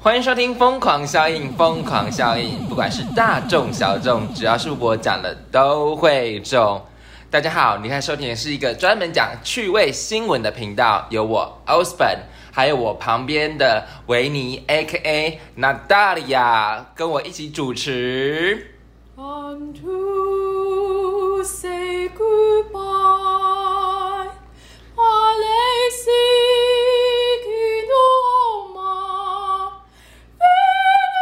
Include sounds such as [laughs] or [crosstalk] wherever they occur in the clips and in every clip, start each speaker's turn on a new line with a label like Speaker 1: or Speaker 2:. Speaker 1: 欢迎收听《疯狂效应》，疯狂效应，不管是大众小众，只要是我讲的都会中。大家好，你看收听的是一个专门讲趣味新闻的频道，有我 Osborn，还有我旁边的维尼 A.K.A. 娜大利亚，跟我一起主持。
Speaker 2: And to say goodbye, Alexi Kinoma, then I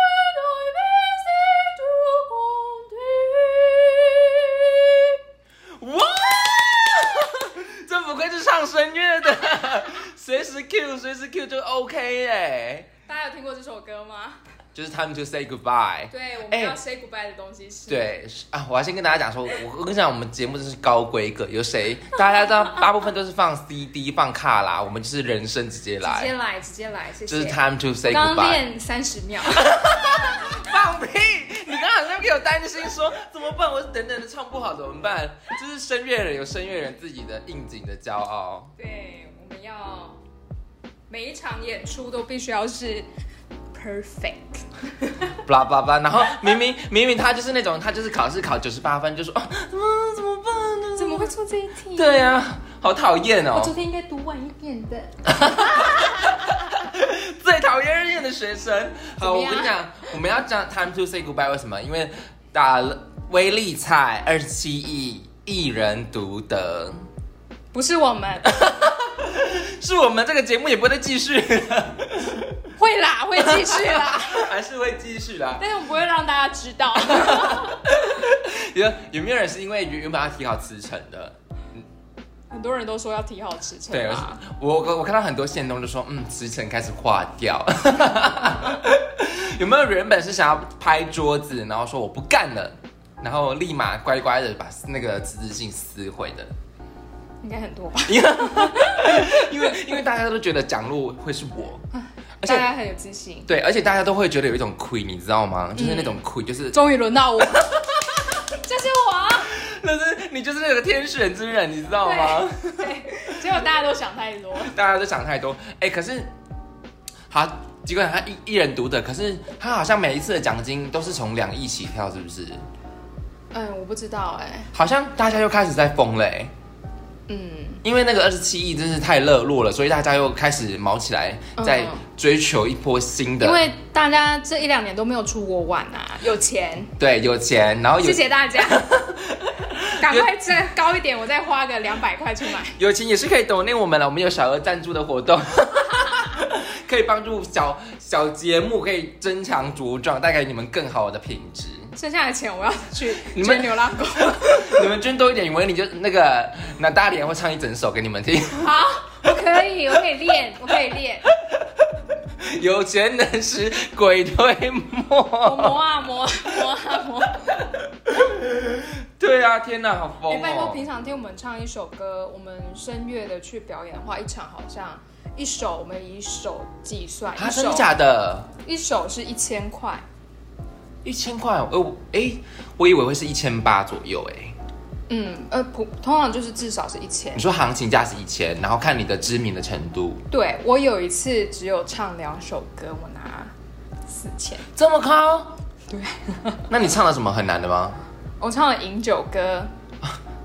Speaker 2: message to Conti.
Speaker 1: 哇！这不愧是唱声乐的， [laughs] 随时 Q 随时 Q 就 OK 哎、
Speaker 2: 大家有听过这首歌吗？
Speaker 1: 就是 Time to Say Goodbye。
Speaker 2: 对，我们
Speaker 1: 哎
Speaker 2: 要 say goodbye 的东西是，
Speaker 1: 对是啊，我要先跟大家讲说，我我跟你讲，我们节目真是高规格，有谁？大家知道，大部分都是放 CD、放 [laughs] 卡拉，我们就是人声直接
Speaker 2: 直接
Speaker 1: 来，
Speaker 2: 来，直接来，谢
Speaker 1: 就是
Speaker 2: 谢。
Speaker 1: Time to Say
Speaker 2: 刚
Speaker 1: Goodbye。
Speaker 2: 练三十秒，
Speaker 1: 放屁！你刚刚好像给我担心说怎么办？我等等的唱不好怎么办？就是声乐人有声乐人自己的应景的骄傲。
Speaker 2: 对，我们要每一场演出都必须要是 perfect。
Speaker 1: blah blah blah，然后明明明明他就是那种，他就是考试考九十八分，就说啊，怎么怎么办呢？
Speaker 2: 怎么会做这一题？
Speaker 1: 对呀、好讨厌哦
Speaker 2: 我！昨天应该读晚一点的。
Speaker 1: [laughs] 最讨厌日夜的学生。好，
Speaker 2: 怎么
Speaker 1: 我
Speaker 2: 样
Speaker 1: 跟你讲，我们要讲 time to say goodbye，为什么？因为打了威力彩二十七亿，一人独得，
Speaker 2: 不是我们，
Speaker 1: 是我们这个节目也不会再继续，
Speaker 2: 会啦，会继续啦，
Speaker 1: [laughs]
Speaker 2: [laughs]
Speaker 1: 还是会继续啦。
Speaker 2: 但是我们不会让大家知道。 [laughs]
Speaker 1: 有有没有人是因为原本要提好辞呈的？
Speaker 2: 很多人都说要提好啊辞呈
Speaker 1: 对
Speaker 2: 啦，，
Speaker 1: 我我我看到很多线动就说，嗯，辞呈开始化掉。 [laughs] 有没有原本是想要拍桌子，然后说我不干了，然后立马乖乖的把那个辞职信撕毁的？
Speaker 2: 应该很多吧？
Speaker 1: 因为因为大家都觉得蒋路会是我，而
Speaker 2: 大
Speaker 1: 且
Speaker 2: 家很有自信。
Speaker 1: 对，而且大家都会觉得有一种亏，你知道吗？就是那种亏，就是
Speaker 2: 终于轮到我， [laughs] 就是我。
Speaker 1: [laughs]
Speaker 2: 啊
Speaker 1: 那是你就是那个天选之人，你知道吗？
Speaker 2: 对，结果大家都想太多。
Speaker 1: [laughs] 大家都想太多，哎、可是好，结果他一一人独得，可是他好像每一次的奖金都是从两亿起跳，是不是？
Speaker 2: 嗯，我不知道哎、
Speaker 1: 好像大家又开始在疯嘞、哎
Speaker 2: 嗯，
Speaker 1: 因为那个二十七亿真是太热络了，所以大家又开始毛起来，在
Speaker 2: 嗯
Speaker 1: 追求一波新的
Speaker 2: 因。为大家这一两年都没有出国玩啊，有钱，
Speaker 1: 对，有钱，然后有
Speaker 2: 谢谢大家。
Speaker 1: [laughs]
Speaker 2: 赶快再高一点，我再花个两百块去买。
Speaker 1: 友情也是可以懂内我们了，我们有小额赞助的活
Speaker 2: [laughs]
Speaker 1: 动，可以帮助小小节目可以增强茁壮，带给你们更好的品质。
Speaker 2: 剩下的钱我要去
Speaker 1: 你们
Speaker 2: 捐流浪狗。
Speaker 1: [laughs] 你们捐多一点，维尼就那个那大脸会唱一整首给你们听。 [laughs]
Speaker 2: 好，我可以，我可以练，我可以练，
Speaker 1: 有钱能使鬼推
Speaker 2: 我
Speaker 1: 磨。
Speaker 2: 磨啊磨，磨啊
Speaker 1: [laughs]
Speaker 2: 磨。
Speaker 1: 哦对啊，天哪，好
Speaker 2: 哎、
Speaker 1: 疯
Speaker 2: 拜托，
Speaker 1: 哦！
Speaker 2: 平常听我们唱一首歌，我们声乐的去表演的话，一场好像一首我们以手计算，
Speaker 1: 啊，
Speaker 2: 一
Speaker 1: 真的
Speaker 2: 首
Speaker 1: 假的？
Speaker 2: 一首是一千块，
Speaker 1: 一千块，呃，我哎，我以为会是一千八左右，哎，
Speaker 2: 嗯，呃，普通常就是至少是一千
Speaker 1: 你。说行情价是一千，然后看你的知名的程度，
Speaker 2: 对我有一次只有唱两首歌，我拿四千。
Speaker 1: 这么高？
Speaker 2: 对，
Speaker 1: [laughs] 那你唱了什么很难的吗？
Speaker 2: 我唱了饮酒歌，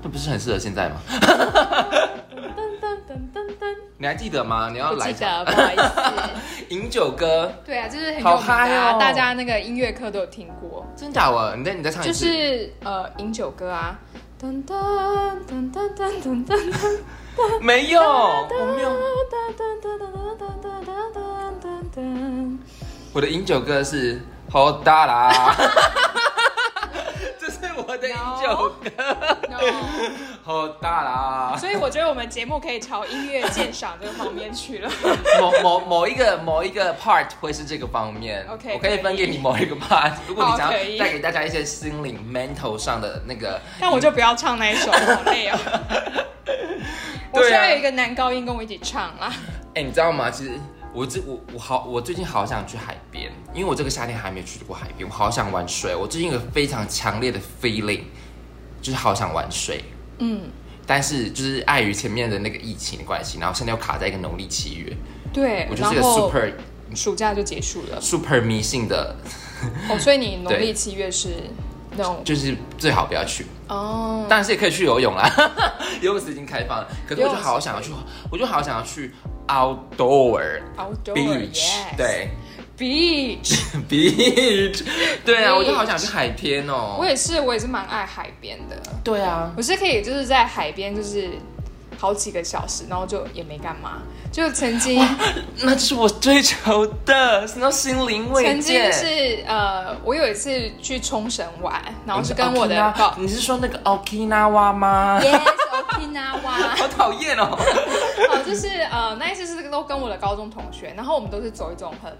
Speaker 1: 这不是很适合现在
Speaker 2: [laughs]
Speaker 1: 吗？
Speaker 2: 噔噔噔噔噔，
Speaker 1: 你还记得吗？你要
Speaker 2: 不
Speaker 1: 来
Speaker 2: 记
Speaker 1: 一首
Speaker 2: 得，不好意思。
Speaker 1: [laughs] 饮酒歌，
Speaker 2: 对啊，就是很有名
Speaker 1: 好
Speaker 2: 的、
Speaker 1: 嗨
Speaker 2: 啊
Speaker 1: 哦
Speaker 2: 大家那个音乐课都有听过，
Speaker 1: 真假的？你在你在唱一
Speaker 2: 就
Speaker 1: 次
Speaker 2: 是呃饮酒歌啊，噔噔
Speaker 1: 哦
Speaker 2: 噔噔噔噔噔噔
Speaker 1: 没有，
Speaker 2: 啊
Speaker 1: 我没有，
Speaker 2: 噔噔噔噔噔噔噔噔噔，
Speaker 1: 我的饮酒歌是好大啦， [laughs] 这是我的饮酒歌，
Speaker 2: No
Speaker 1: 好大啦。
Speaker 2: 所以我觉得我们节目可以朝音乐鉴赏这个方面去
Speaker 1: [laughs]
Speaker 2: 了。
Speaker 1: [laughs] 某某某一个某一个 part 会是这个方面
Speaker 2: OK，
Speaker 1: 我可以
Speaker 2: 可以
Speaker 1: 分给你某一个 part。如果你
Speaker 2: 好
Speaker 1: 想要
Speaker 2: 可以
Speaker 1: 带给大家一些心灵 mental 上的那个，
Speaker 2: 但我就不要唱那一首，好累哦。我需
Speaker 1: 对啊
Speaker 2: 要有一个男高音跟我一起唱啊啦。
Speaker 1: 哎、你知道吗？其实我这我我好我最近好想去海边，因为我这个夏天还没去过海边，我好想玩水。我最近有非常强烈的 feeling，就是好想玩水，
Speaker 2: 嗯，
Speaker 1: 但是就是碍于前面的那个疫情的关系，然后现在又卡在一个农历七月，
Speaker 2: 对
Speaker 1: 我，就是
Speaker 2: 哎然
Speaker 1: 一个
Speaker 2: 后
Speaker 1: super
Speaker 2: 暑假就结束了。
Speaker 1: super 迷信的，
Speaker 2: 哦，所以你农历
Speaker 1: 对
Speaker 2: 七月是那种
Speaker 1: 就是最好不要去。
Speaker 2: 哦，
Speaker 1: 当然是也可以去游泳啦，游泳池已经开放了。可是我
Speaker 2: 游
Speaker 1: 就
Speaker 2: 泳
Speaker 1: 好
Speaker 2: 池
Speaker 1: 想要去，我就好想要去 outdoor
Speaker 2: outdoor
Speaker 1: beach，
Speaker 2: yes
Speaker 1: 对
Speaker 2: beach，
Speaker 1: beach，对啊，
Speaker 2: Beach
Speaker 1: 我就好想去海边哦
Speaker 2: 我。也是我也是蛮爱海边的，
Speaker 1: 对啊，
Speaker 2: 我是可以就是在海边就是好几个小时，然后就也没干嘛，就曾经
Speaker 1: 那就是我追求的，什么心灵慰
Speaker 2: 曾经
Speaker 1: 藉。
Speaker 2: 是呃，我有一次去冲绳玩，然后
Speaker 1: 你是
Speaker 2: 是跟我的
Speaker 1: Okina- 你是说那个哦 Okinawa 吗？
Speaker 2: [laughs] yes Okinawa。
Speaker 1: 好讨厌哦！
Speaker 2: 哦，就是 [laughs] 呃，那一次是都跟我的高中同学，然后我们都是走一种很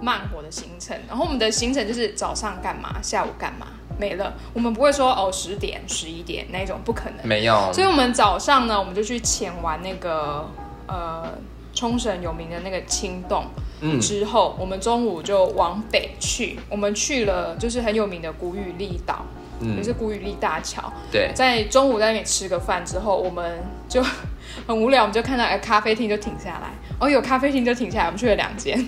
Speaker 2: 慢活的行程，然后我们的行程就是早上干嘛，下午干嘛，没了。我们不会说哦十点、十一点那一种，不可能。
Speaker 1: 没有，
Speaker 2: 所以我们早上呢，我们就去潜完那个呃冲绳有名的那个青洞，
Speaker 1: 嗯，
Speaker 2: 之后，我们中午就往北去，我们去了就是很有名的古雨利岛，
Speaker 1: 嗯
Speaker 2: 也是古雨利大桥。
Speaker 1: 对，
Speaker 2: 在中午在那里吃个饭之后，我们就 [laughs] 很无聊，我们就看到哎咖啡厅就停下来，哦有咖啡厅就停下来，我们去了
Speaker 1: [laughs]
Speaker 2: 两间。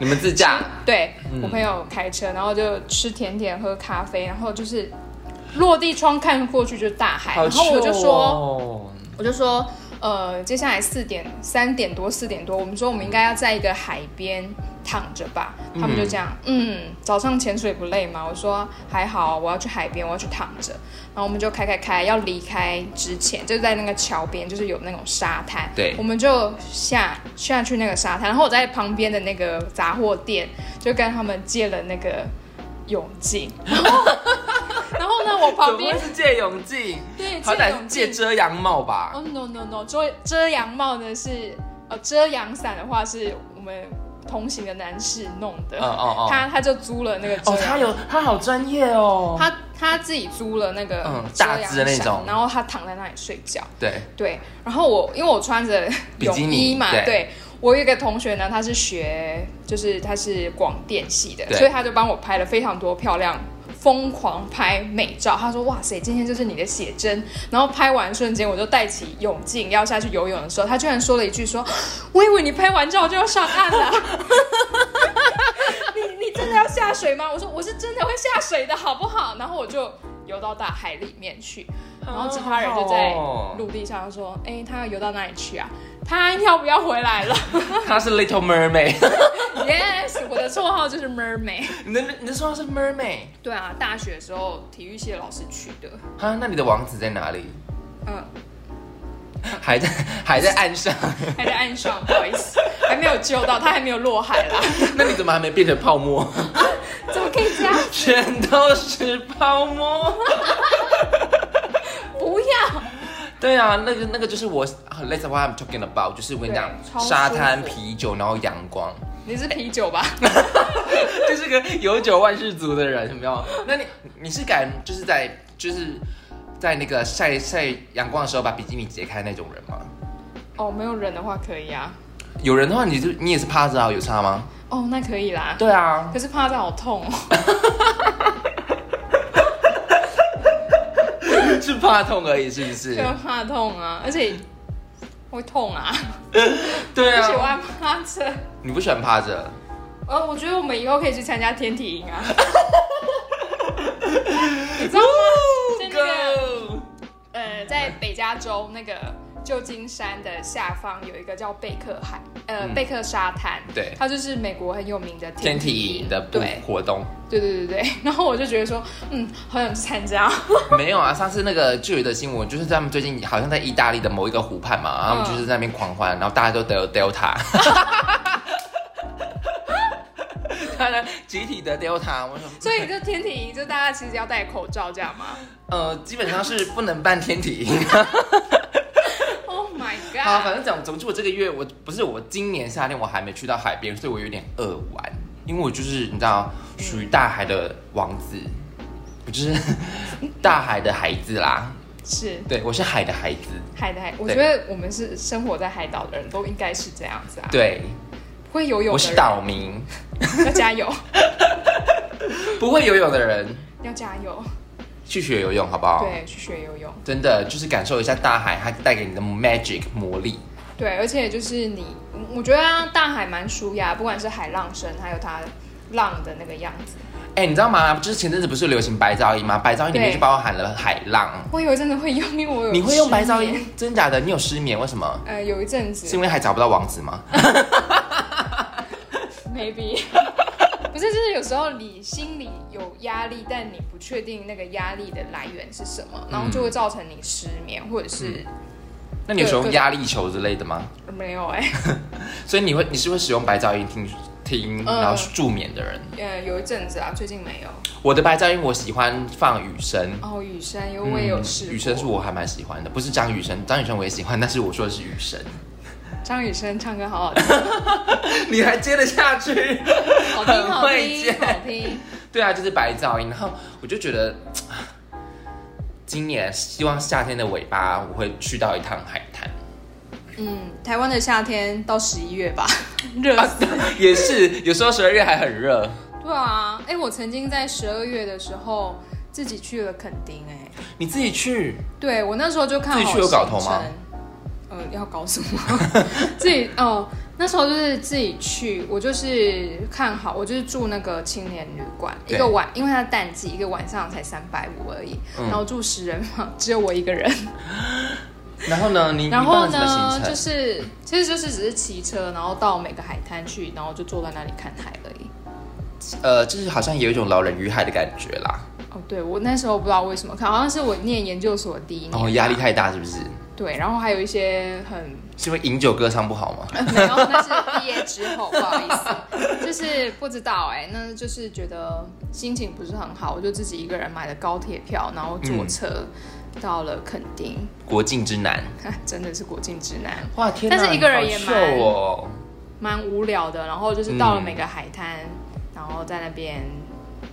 Speaker 1: 你们自驾，
Speaker 2: 对、
Speaker 1: 嗯
Speaker 2: 我朋友开车，然后就吃甜点喝咖啡，然后就是落地窗看过去就是大海，
Speaker 1: 好
Speaker 2: 然后我就
Speaker 1: chill
Speaker 2: 说。
Speaker 1: 哦
Speaker 2: 我就说，呃，接下来四点三点多四点多，我们说我们应该要在一个海边躺着吧。他们就这样，嗯，早上潜水不累吗？我说还好，我要去海边，我要去躺着。然后我们就开开开，要离开之前，就是在那个桥边，就是有那种沙滩，
Speaker 1: 对
Speaker 2: 我们就下下去那个沙滩。然后我在旁边的那个杂货店就跟他们借了那个泳镜， [laughs] 然后然后呢，我旁
Speaker 1: 怎么
Speaker 2: 边
Speaker 1: 会。是借泳镜？
Speaker 2: 对，
Speaker 1: 好
Speaker 2: 借
Speaker 1: 歹
Speaker 2: 泳
Speaker 1: 是
Speaker 2: 镜
Speaker 1: 借遮阳帽吧。
Speaker 2: 哦、no no no，遮遮阳帽呢是呃遮阳伞的话是我们同行的男士弄的，
Speaker 1: 哦哦哦
Speaker 2: 他他就租了那个遮
Speaker 1: 哦，
Speaker 2: 阳
Speaker 1: 他有他好专业哦。
Speaker 2: 他他自己租了那个
Speaker 1: 嗯
Speaker 2: 遮阳
Speaker 1: 大只的那
Speaker 2: 伞
Speaker 1: 种
Speaker 2: 然后他躺在那里睡觉。
Speaker 1: 对，
Speaker 2: 对，然后我因为我穿着
Speaker 1: 比
Speaker 2: 泳
Speaker 1: 基尼
Speaker 2: 衣嘛，
Speaker 1: 对
Speaker 2: 我有一个同学呢，他是学就是他是广电系的，
Speaker 1: 对
Speaker 2: 所以他就帮我拍了非常多漂亮。疯狂拍美照，他说：“哇塞，今天就是你的写真。”然后拍完瞬间，我就戴起泳镜要下去游泳的时候，他居然说了一句说：“ [gasps] 我以为你拍完照就要上岸了，你你真的要下水吗？”我说：“我是真的会下水的，好不好？”然后我就游到大海里面去，然后其他人就在
Speaker 1: 哦
Speaker 2: 陆地上说：“哎、他要游到哪里去啊？他要不要回来了
Speaker 1: 他是 Little Mermaid，
Speaker 2: [laughs]
Speaker 1: [laughs]
Speaker 2: ？”Yes，我的绰号就是 Mermaid。
Speaker 1: 你的你的说他是 Mermaid
Speaker 2: 对啊，大学的时候体育系的老师取的。
Speaker 1: 啊？那你的王子在哪里？
Speaker 2: 嗯，
Speaker 1: 还在还在岸上？
Speaker 2: 还在岸上，不好意 [laughs] 思，还没有救到，他还没有落海啦。
Speaker 1: 那你怎么还没变成泡沫？
Speaker 2: [laughs] 怎么可以这样？
Speaker 1: 全都是泡沫。
Speaker 2: 不要！
Speaker 1: 对啊，那个那个就是我啊 that's what I'm talking about，就是我跟你讲
Speaker 2: 对，超舒服
Speaker 1: 沙滩啤酒，然后阳光， [laughs]
Speaker 2: 你是啤酒吧？
Speaker 1: 就是个有酒万事足的人，有没有？那你你是敢就是在就是在那个晒晒阳光的时候把比基尼解开那种人吗？
Speaker 2: [laughs] 哦，没有人的话可以啊。
Speaker 1: 有人的话，你就你也是趴着啊，有差吗？
Speaker 2: 哦，那可以啦。
Speaker 1: 对啊， [laughs]
Speaker 2: 可是趴着好痛哦。
Speaker 1: 是怕痛而已，是不是
Speaker 2: 就？怕痛啊，而且会痛啊，
Speaker 1: 对
Speaker 2: 而且我
Speaker 1: 啊，
Speaker 2: 还趴着。
Speaker 1: 你不喜欢趴着，
Speaker 2: 呃，我觉得我们以后可以去参加天体营
Speaker 1: [laughs]
Speaker 2: 啊。你知道吗？在那个
Speaker 1: Go！
Speaker 2: 呃，在北加州那个旧金山的下方有一个叫贝克海，呃，
Speaker 1: 嗯
Speaker 2: 贝克沙滩，
Speaker 1: 对
Speaker 2: 它就是美国很有名的
Speaker 1: 天体
Speaker 2: 体
Speaker 1: 营的部
Speaker 2: 对
Speaker 1: 活动
Speaker 2: 对对对对。 [laughs] 然后我就觉得说，嗯，好想去参加。
Speaker 1: 没有啊？上次那个就有的新闻，就是他们最近好像在意大利的某一个湖畔
Speaker 2: 嗯
Speaker 1: 嘛，然后他们就是在那边狂欢，然后大家都得了
Speaker 2: [laughs]
Speaker 1: Delta，大家集体得 Delta，我想，
Speaker 2: 所以这天体营就大家其实要戴口罩，这样吗
Speaker 1: 呃，基本上是不能办天
Speaker 2: [laughs]
Speaker 1: 体营。
Speaker 2: ？Oh my
Speaker 1: 好，反
Speaker 2: god！
Speaker 1: 正讲，总之我这个月我不是我今年夏天我还没去到海边，所以我有点扼腕，因为我就是你知道属于大海的王子，我就是 [laughs] 大海的孩子啦。
Speaker 2: 是。
Speaker 1: 对，我是海的孩子。
Speaker 2: 海的海，我觉
Speaker 1: 对
Speaker 2: 得我们是生活在海岛的人都应该是这样子啊。
Speaker 1: 对，
Speaker 2: 不会游泳
Speaker 1: 我
Speaker 2: 的
Speaker 1: 是
Speaker 2: 人
Speaker 1: 岛民，
Speaker 2: 要
Speaker 1: [laughs]
Speaker 2: 加油，
Speaker 1: 不会游泳的人
Speaker 2: 要加油，
Speaker 1: 去学游泳好不好？
Speaker 2: 对，去学游泳。
Speaker 1: 真的就是感受一下大海它带给你的 magic 魔力。
Speaker 2: 对，而且就是你，我觉得大海蛮舒雅，不管是海浪声，还有它浪的那个样子，
Speaker 1: 哎、你知道吗？就是前阵子不是流行白噪音吗？白噪音里面
Speaker 2: 对
Speaker 1: 就包含了海浪。
Speaker 2: 我以为真的会用，因为我有
Speaker 1: 你会用白噪
Speaker 2: 失眠？
Speaker 1: 音？真假的？你有失眠？为什么？
Speaker 2: 呃，有一阵
Speaker 1: 是
Speaker 2: 子
Speaker 1: 因为还找不到王子吗？
Speaker 2: ，maybe，不是，就是有时候你心里有压力，但你不确定那个压力的来源是什么，然后就会造成你失眠，或者是、
Speaker 1: 那你有使
Speaker 2: 对
Speaker 1: 用
Speaker 2: 对
Speaker 1: 压力球之类的吗？
Speaker 2: 没有哎、
Speaker 1: 所以你会你是会使用白噪音听听，
Speaker 2: 嗯
Speaker 1: 然后助眠的人。
Speaker 2: 呃，有一阵子啊，最近没有。
Speaker 1: 我的白噪音我喜欢放雨声。嗯
Speaker 2: 哦，雨声，因为我也有试过。
Speaker 1: 雨声是我还蛮喜欢的，不是张雨生，张雨生我也喜欢，但是我说的是雨声， [laughs]
Speaker 2: 张雨生唱歌好好听，
Speaker 1: 你还接得下去？[laughs]
Speaker 2: 好听，好
Speaker 1: 会接
Speaker 2: 听，好听。
Speaker 1: 对啊，就是白噪音，然后我就觉得， [sighs] 今年希望夏天的尾巴我会去到一趟海滩， [laughs]
Speaker 2: 嗯，台湾的夏天到十一
Speaker 1: [laughs]
Speaker 2: 月吧，热死。
Speaker 1: 也是有时候十二月还很热，
Speaker 2: 对啊，哎、我曾经在十二月的时候自己去了垦丁、哎，
Speaker 1: 你自己去，
Speaker 2: 对我那时候就看好
Speaker 1: 自己去有搞头吗
Speaker 2: 行程？呃，要搞什么？ [laughs] 自己哦，那时候就是自己去，我就是看好，我就是住那个青年旅馆，
Speaker 1: 对
Speaker 2: 一个晚，因为它淡季，一个晚上才三百五而已，
Speaker 1: 嗯
Speaker 2: 然后住十人房，只有我一个人。
Speaker 1: 然后呢，你
Speaker 2: 然
Speaker 1: 你报
Speaker 2: 后
Speaker 1: 了什么
Speaker 2: 呢，
Speaker 1: 行
Speaker 2: 就
Speaker 1: 程？
Speaker 2: 是其实就是只是骑车，然后到每个海滩去，然后就坐在那里看海而已。
Speaker 1: 呃，就是好像有一种老人与海的感觉啦，
Speaker 2: 哦，对我那时候不知道为什么看，好像是我念研究所第一年
Speaker 1: 然
Speaker 2: 吧，
Speaker 1: 后哦压力太大是不是？
Speaker 2: 对，然后还有一些很
Speaker 1: 是因为饮酒歌唱不好吗？
Speaker 2: 呃没有，那是毕业之后，不好意思，就是不知道哎、那就是觉得心情不是很好，我就自己一个人买了高铁票，然后
Speaker 1: 嗯
Speaker 2: 坐车、到了垦丁，
Speaker 1: 国境之南，
Speaker 2: 真的是国境之南。
Speaker 1: 哇天哪，
Speaker 2: 但是一个人也
Speaker 1: 你好秀哦。
Speaker 2: 蛮无聊的。然后就是到了每个海滩，然后在那边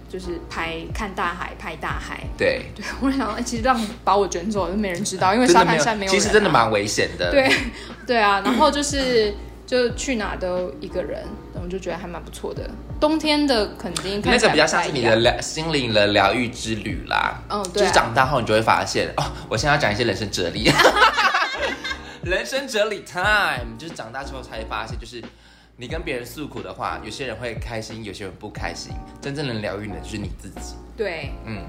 Speaker 2: 就是拍看大海，拍大海。
Speaker 1: 对，
Speaker 2: 对，我想，哎其实这样把我卷走，就没人知道，因为
Speaker 1: 真
Speaker 2: 沙
Speaker 1: 的
Speaker 2: 滩上
Speaker 1: 没
Speaker 2: 没
Speaker 1: 有，其
Speaker 2: 有人、啊
Speaker 1: 实真的？蛮危险的。，
Speaker 2: 对，对啊。然后就是就去哪都一个人，然后就觉得还蛮不错的。冬天的肯定
Speaker 1: 那
Speaker 2: 看起
Speaker 1: 个
Speaker 2: 来
Speaker 1: 比较
Speaker 2: 不太
Speaker 1: 像是你
Speaker 2: 一
Speaker 1: 的
Speaker 2: 样。
Speaker 1: 疗心灵的疗愈之旅啦。
Speaker 2: 嗯
Speaker 1: 就
Speaker 2: 对啊
Speaker 1: 是长大后你就会发现哦，我现在要讲一些人生哲
Speaker 2: [laughs]
Speaker 1: 理。人生哲理 time，就是长大之后才发现，就是你跟别人诉苦的话，有些人会开心，有些人不开心。真正能疗愈你的就是你自己，
Speaker 2: 对，
Speaker 1: 嗯，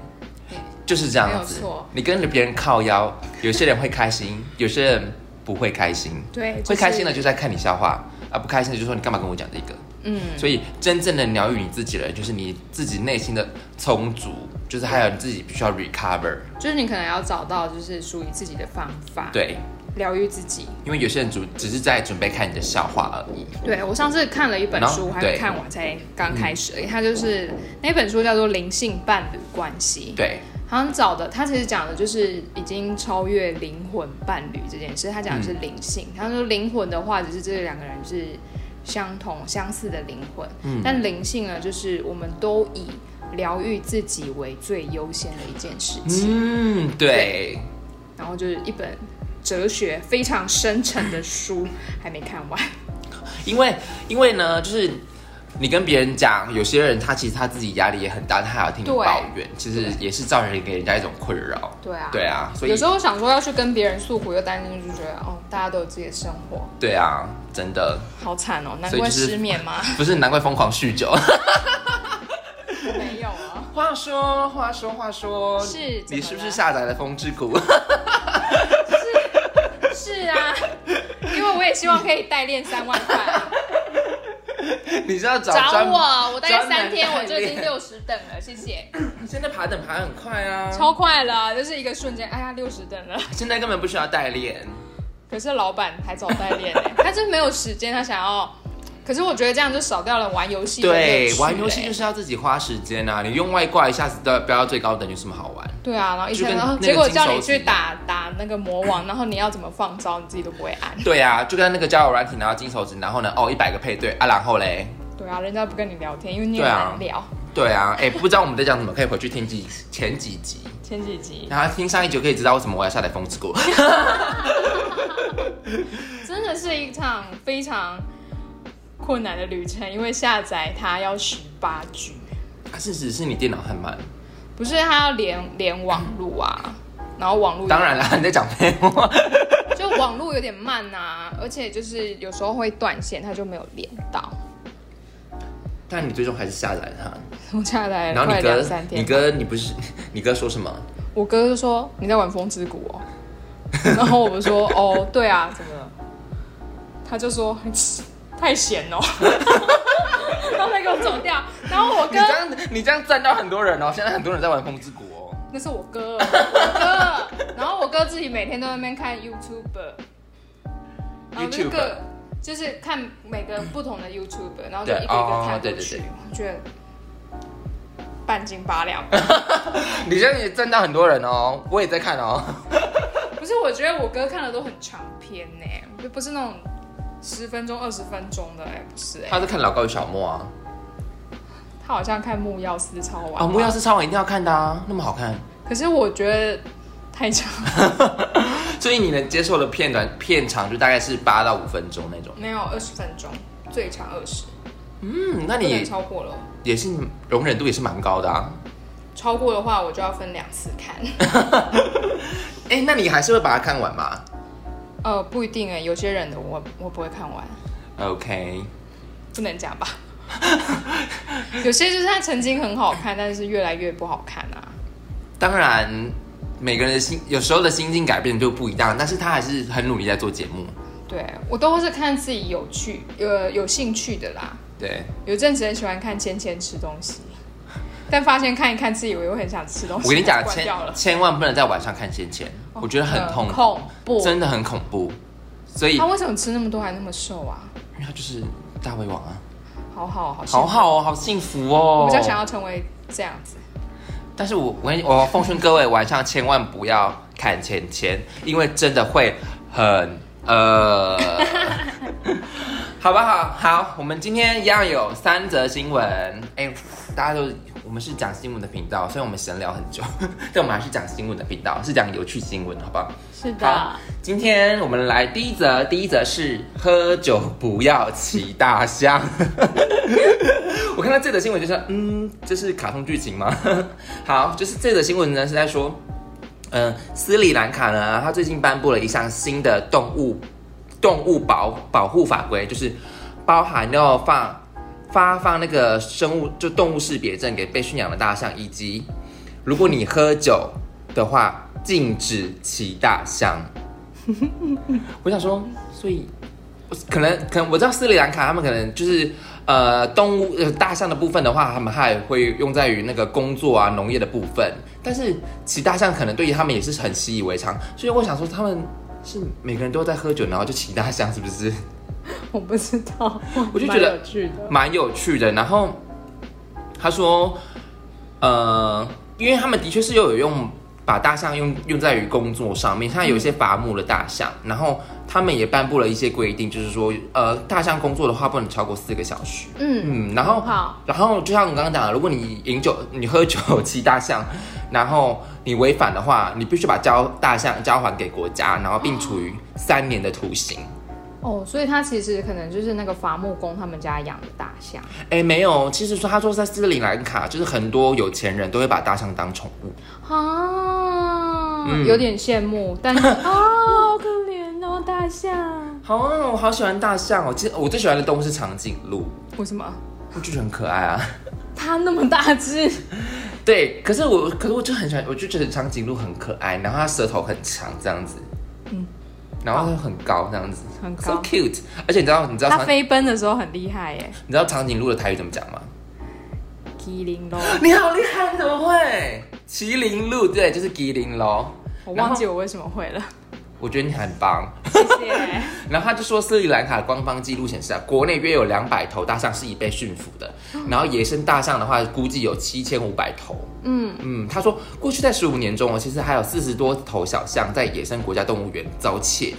Speaker 1: 就是这样子
Speaker 2: 没有错。
Speaker 1: 你跟着别人靠腰，有些人会开心，有些人不会开心。
Speaker 2: 对，就是
Speaker 1: 会开心的就在看你笑话，啊，不开心的就说你干嘛跟我讲这个。
Speaker 2: 嗯，
Speaker 1: 所以真正的疗愈你自己的人，就是你自己内心的充足，就是还有你自己必须要 recover。
Speaker 2: 就是你可能要找到就是属于自己的方法，，
Speaker 1: 对，
Speaker 2: 疗愈自己。
Speaker 1: 因为有些人只只是在准备看你的笑话而已。
Speaker 2: 对我上次看了一本
Speaker 1: 然后
Speaker 2: 书，我还
Speaker 1: 对嗯
Speaker 2: 没看完，才刚开始而已。它就是那本书叫做《灵性伴侣关系》，
Speaker 1: 对，
Speaker 2: 好像找的，它其实讲的就是已经超越灵魂伴侣这件事。它讲的
Speaker 1: 嗯
Speaker 2: 是灵性，他说灵魂的话，只是这两个人是相同相似的灵魂，
Speaker 1: 嗯
Speaker 2: 但灵性呢，就是我们都以疗愈自己为最优先的一件事情。
Speaker 1: 嗯，对，
Speaker 2: 然后就是一本哲学非常深沉的书，还没看完。
Speaker 1: 因为因为呢，就是你跟别人讲，有些人他其实他自己压力也很大，他还要听你
Speaker 2: 对
Speaker 1: 抱怨，其实也是造成给人家一种困扰。
Speaker 2: 对啊，
Speaker 1: 对啊，所以
Speaker 2: 有时候想说要去跟别人诉苦，又担心就觉得哦，大家都有自己的生活，
Speaker 1: 对啊，真的
Speaker 2: 好惨哦，难
Speaker 1: 所以
Speaker 2: 怪
Speaker 1: 就是
Speaker 2: 失眠吗？
Speaker 1: 不是难怪疯狂酗酒。
Speaker 2: [laughs] 没有啊，
Speaker 1: 话说，话说，话说，
Speaker 2: 是
Speaker 1: 你是不
Speaker 2: 怎么
Speaker 1: 是
Speaker 2: 了
Speaker 1: 下载了《风之谷》？[laughs]
Speaker 2: [laughs] 是啊，因为我也希望可以代练三万
Speaker 1: [laughs]
Speaker 2: 块啊，
Speaker 1: 你是要找
Speaker 2: 找
Speaker 1: 专
Speaker 2: 我，我大概
Speaker 1: 专门
Speaker 2: 三天我就已
Speaker 1: 代
Speaker 2: 经
Speaker 1: 练
Speaker 2: 六十等了，谢谢，
Speaker 1: 现在爬等爬很快啊，
Speaker 2: 超快了，就是一个瞬间，哎呀，六十等了。
Speaker 1: 现在根本不需要代练。
Speaker 2: 可是老板还早代练、欸，他就没有时间，他想要。可是我觉得这样就少掉了玩游戏的乐
Speaker 1: 对
Speaker 2: 趣，
Speaker 1: 玩游戏
Speaker 2: 欸
Speaker 1: 就是要自己花时间啊，你用外挂一下子都要飙到最高等，有什么好玩？ [laughs]
Speaker 2: 对啊，然后一
Speaker 1: 就
Speaker 2: 下，
Speaker 1: 跟
Speaker 2: 然后
Speaker 1: 那个
Speaker 2: 结果
Speaker 1: 金
Speaker 2: 叫
Speaker 1: 手
Speaker 2: 你
Speaker 1: 指
Speaker 2: 去
Speaker 1: 一
Speaker 2: 打打那个魔王，然后你要怎么放招，你自己都不会按。
Speaker 1: 对啊，就跟那个交友软体，然后金手指，然后呢，哦，一百个配对啊，然后嘞，
Speaker 2: 对啊，人家不跟你聊天，因为你也
Speaker 1: 对啊
Speaker 2: 难聊。
Speaker 1: 对啊，哎、不知道我们在讲什么，可以回去听几前几集，
Speaker 2: 前几集
Speaker 1: 然后听上一集就可以知道为什么我要下载《风之谷》。 [laughs] 啊
Speaker 2: 真的是一场非常困难的旅程，因为下载它要十八 G，
Speaker 1: 啊事实是你电脑很慢，
Speaker 2: 不是它要连连网路啊，然后网路
Speaker 1: 当然啦，你在讲废话。 [laughs]
Speaker 2: 就就是网络有点慢呐、而且就是有时候会断线，它就没有连到。
Speaker 1: 但你最终还是下载它。
Speaker 2: 我下来
Speaker 1: 然后
Speaker 2: 快
Speaker 1: 你哥
Speaker 2: 两三，天
Speaker 1: 你，哥，你不是你哥说什么？
Speaker 2: 我哥就说你在玩《风之谷》哦，然后我
Speaker 1: [laughs]
Speaker 2: 就说哦，对啊，怎么了？他就说太闲了、 [laughs] 然后他给我走掉。然后
Speaker 1: [laughs]
Speaker 2: 我
Speaker 1: 你
Speaker 2: 哥
Speaker 1: 这样你这样赞到很多人哦，现在很多人在玩风之谷哦。
Speaker 2: 那是我哥，我哥。然后我哥自己每天都在那边看 YouTuber，然后就是
Speaker 1: YouTuber
Speaker 2: 各就是看每个不同的 YouTuber，然后就一个一
Speaker 1: 哦
Speaker 2: 个看
Speaker 1: 对
Speaker 2: 过
Speaker 1: 对
Speaker 2: 去，
Speaker 1: 对
Speaker 2: 我觉得半斤八两。
Speaker 1: 你这样也赞到很多人哦，我也在看哦。
Speaker 2: 不是，我觉得我哥看的都很长篇呢、就不是那种十分钟、二十分钟的哎、不是哎、
Speaker 1: 他在看老高与小莫啊，
Speaker 2: 他好像看木曜四超完吧
Speaker 1: 啊，木曜是超晚一定要看的啊，那么好看。
Speaker 2: 可是我觉得太长， [laughs]
Speaker 1: 所以你能接受的片段片长就大概是八到五分钟那种。
Speaker 2: 没有二十分钟，最长二十，
Speaker 1: 嗯，那
Speaker 2: 不能
Speaker 1: 你
Speaker 2: 超过了。
Speaker 1: 也是容忍度也是蛮高的啊。
Speaker 2: 超过的话，我就要分两次看。 [laughs]
Speaker 1: 哎、那你还是会把它看完吗
Speaker 2: 呃，不一定哎、有些人的我我不会看完，
Speaker 1: ？OK，
Speaker 2: 不能
Speaker 1: [laughs]
Speaker 2: 讲吧。有些就是他曾经很好看，但是越来越不好看啊。
Speaker 1: 当然每个人的心有时候的心境改变就不一样，但是他还是很努力在做节目。
Speaker 2: 对我都是看自己有趣、呃有兴趣的啦。
Speaker 1: 对，
Speaker 2: 有阵子很喜欢看芊芊吃东西，但发现看一看自己，我又很想吃东西，
Speaker 1: 我跟你讲，
Speaker 2: 关
Speaker 1: 千
Speaker 2: 掉了，
Speaker 1: 千万不能在晚上看《芊芊》，我觉得很痛
Speaker 2: 呃
Speaker 1: 苦，
Speaker 2: 恐怖。
Speaker 1: 真的很恐怖。所以
Speaker 2: 他为什么吃那么多还那么瘦啊？
Speaker 1: 因为他就是大胃王啊，
Speaker 2: 好好好，
Speaker 1: 好，好哦，好幸福哦。
Speaker 2: 我比较想要成为这样子。
Speaker 1: 但是我我跟你我奉劝各位晚上千万不要看钱钱，因为真的会很呃， [laughs] 好不好？好，我们今天一样有三则新闻。哎、大家都我们是讲新闻的频道，虽然我们闲聊很久， [laughs] 但我们还是讲新闻的频道，是讲有趣新闻，好不好？
Speaker 2: 是
Speaker 1: 好，今天我们来第一则，第一则是喝酒不要骑大象。 [laughs] 我看到这则新闻就说，嗯，这是卡通剧情吗？ [laughs] 好，就是这则新闻呢是在说，嗯、斯里兰卡呢，它最近颁布了一项新的动物动物保保护法规，就是包含要放发放那个生物就动物识别证给被驯养的大象，以及如果你喝酒的话，禁止骑大象。我想说，所以可能可能我知道斯里兰卡他们可能就是呃动物呃大象的部分的话，他们还会用在于那个工作啊农业的部分，但是骑大象可能对于他们也是很习以为常，所以我想说他们是每个人都在喝酒，然后就骑大象，是不是？
Speaker 2: 我不知道，
Speaker 1: 我就觉得
Speaker 2: 蛮有趣的。
Speaker 1: 蛮有趣的。然后他说，呃，因为他们的确是又有用把大象用用在于工作上面，像有一些伐木的大象，然后他们也颁布了一些规定，就是说，呃，大象工作的话不能超过四个小时。
Speaker 2: 嗯，
Speaker 1: 嗯，然后
Speaker 2: 好，
Speaker 1: 然后就像我刚刚讲的，如果你饮酒，你喝酒骑大象，然后你违反的话，你必须把交大象交还给国家，然后并处于三年的徒刑。
Speaker 2: 哦，所以他其实可能就是那个伐木工他们家养的大象。
Speaker 1: 哎，没有，其实说他说在斯里兰卡，就是很多有钱人都会把大象当宠物。
Speaker 2: 啊，
Speaker 1: 嗯
Speaker 2: 有点羡慕，但 [laughs] 是啊，好可怜哦，大象。
Speaker 1: 好、啊我好喜欢大象哦。其实我最喜欢的动物是长颈鹿，
Speaker 2: 为什么
Speaker 1: 我就觉得很可爱啊。
Speaker 2: 它那么大只？
Speaker 1: [laughs] 对，可是我，可是我就很喜欢，我就觉得长颈鹿很可爱，然后它舌头很长这样子，嗯
Speaker 2: 嗯，
Speaker 1: 然后它很高这样子，
Speaker 2: 很
Speaker 1: so
Speaker 2: 高
Speaker 1: cute。而且你知道，你知道
Speaker 2: 它
Speaker 1: 长，
Speaker 2: 飞奔的时候很厉害耶，
Speaker 1: 你知道长颈鹿的台语怎么讲吗？ [laughs]
Speaker 2: 麒麟 [laughs] 咯。
Speaker 1: 你好厉害，你怎么会？麒麟鹿，对，就是麒麟咯。
Speaker 2: 我忘记我为什么会了，
Speaker 1: 我觉得你很棒。
Speaker 2: 谢谢。
Speaker 1: 然后他就说，斯里兰卡官方记录显示啊，国内约有两百头大象是已被驯服的，然后野生大象的话，估计有七千五百头。
Speaker 2: [laughs] 嗯，
Speaker 1: 嗯，他说，过去在十五年中哦，其实还有四十多头小象在野生国家动物园遭窃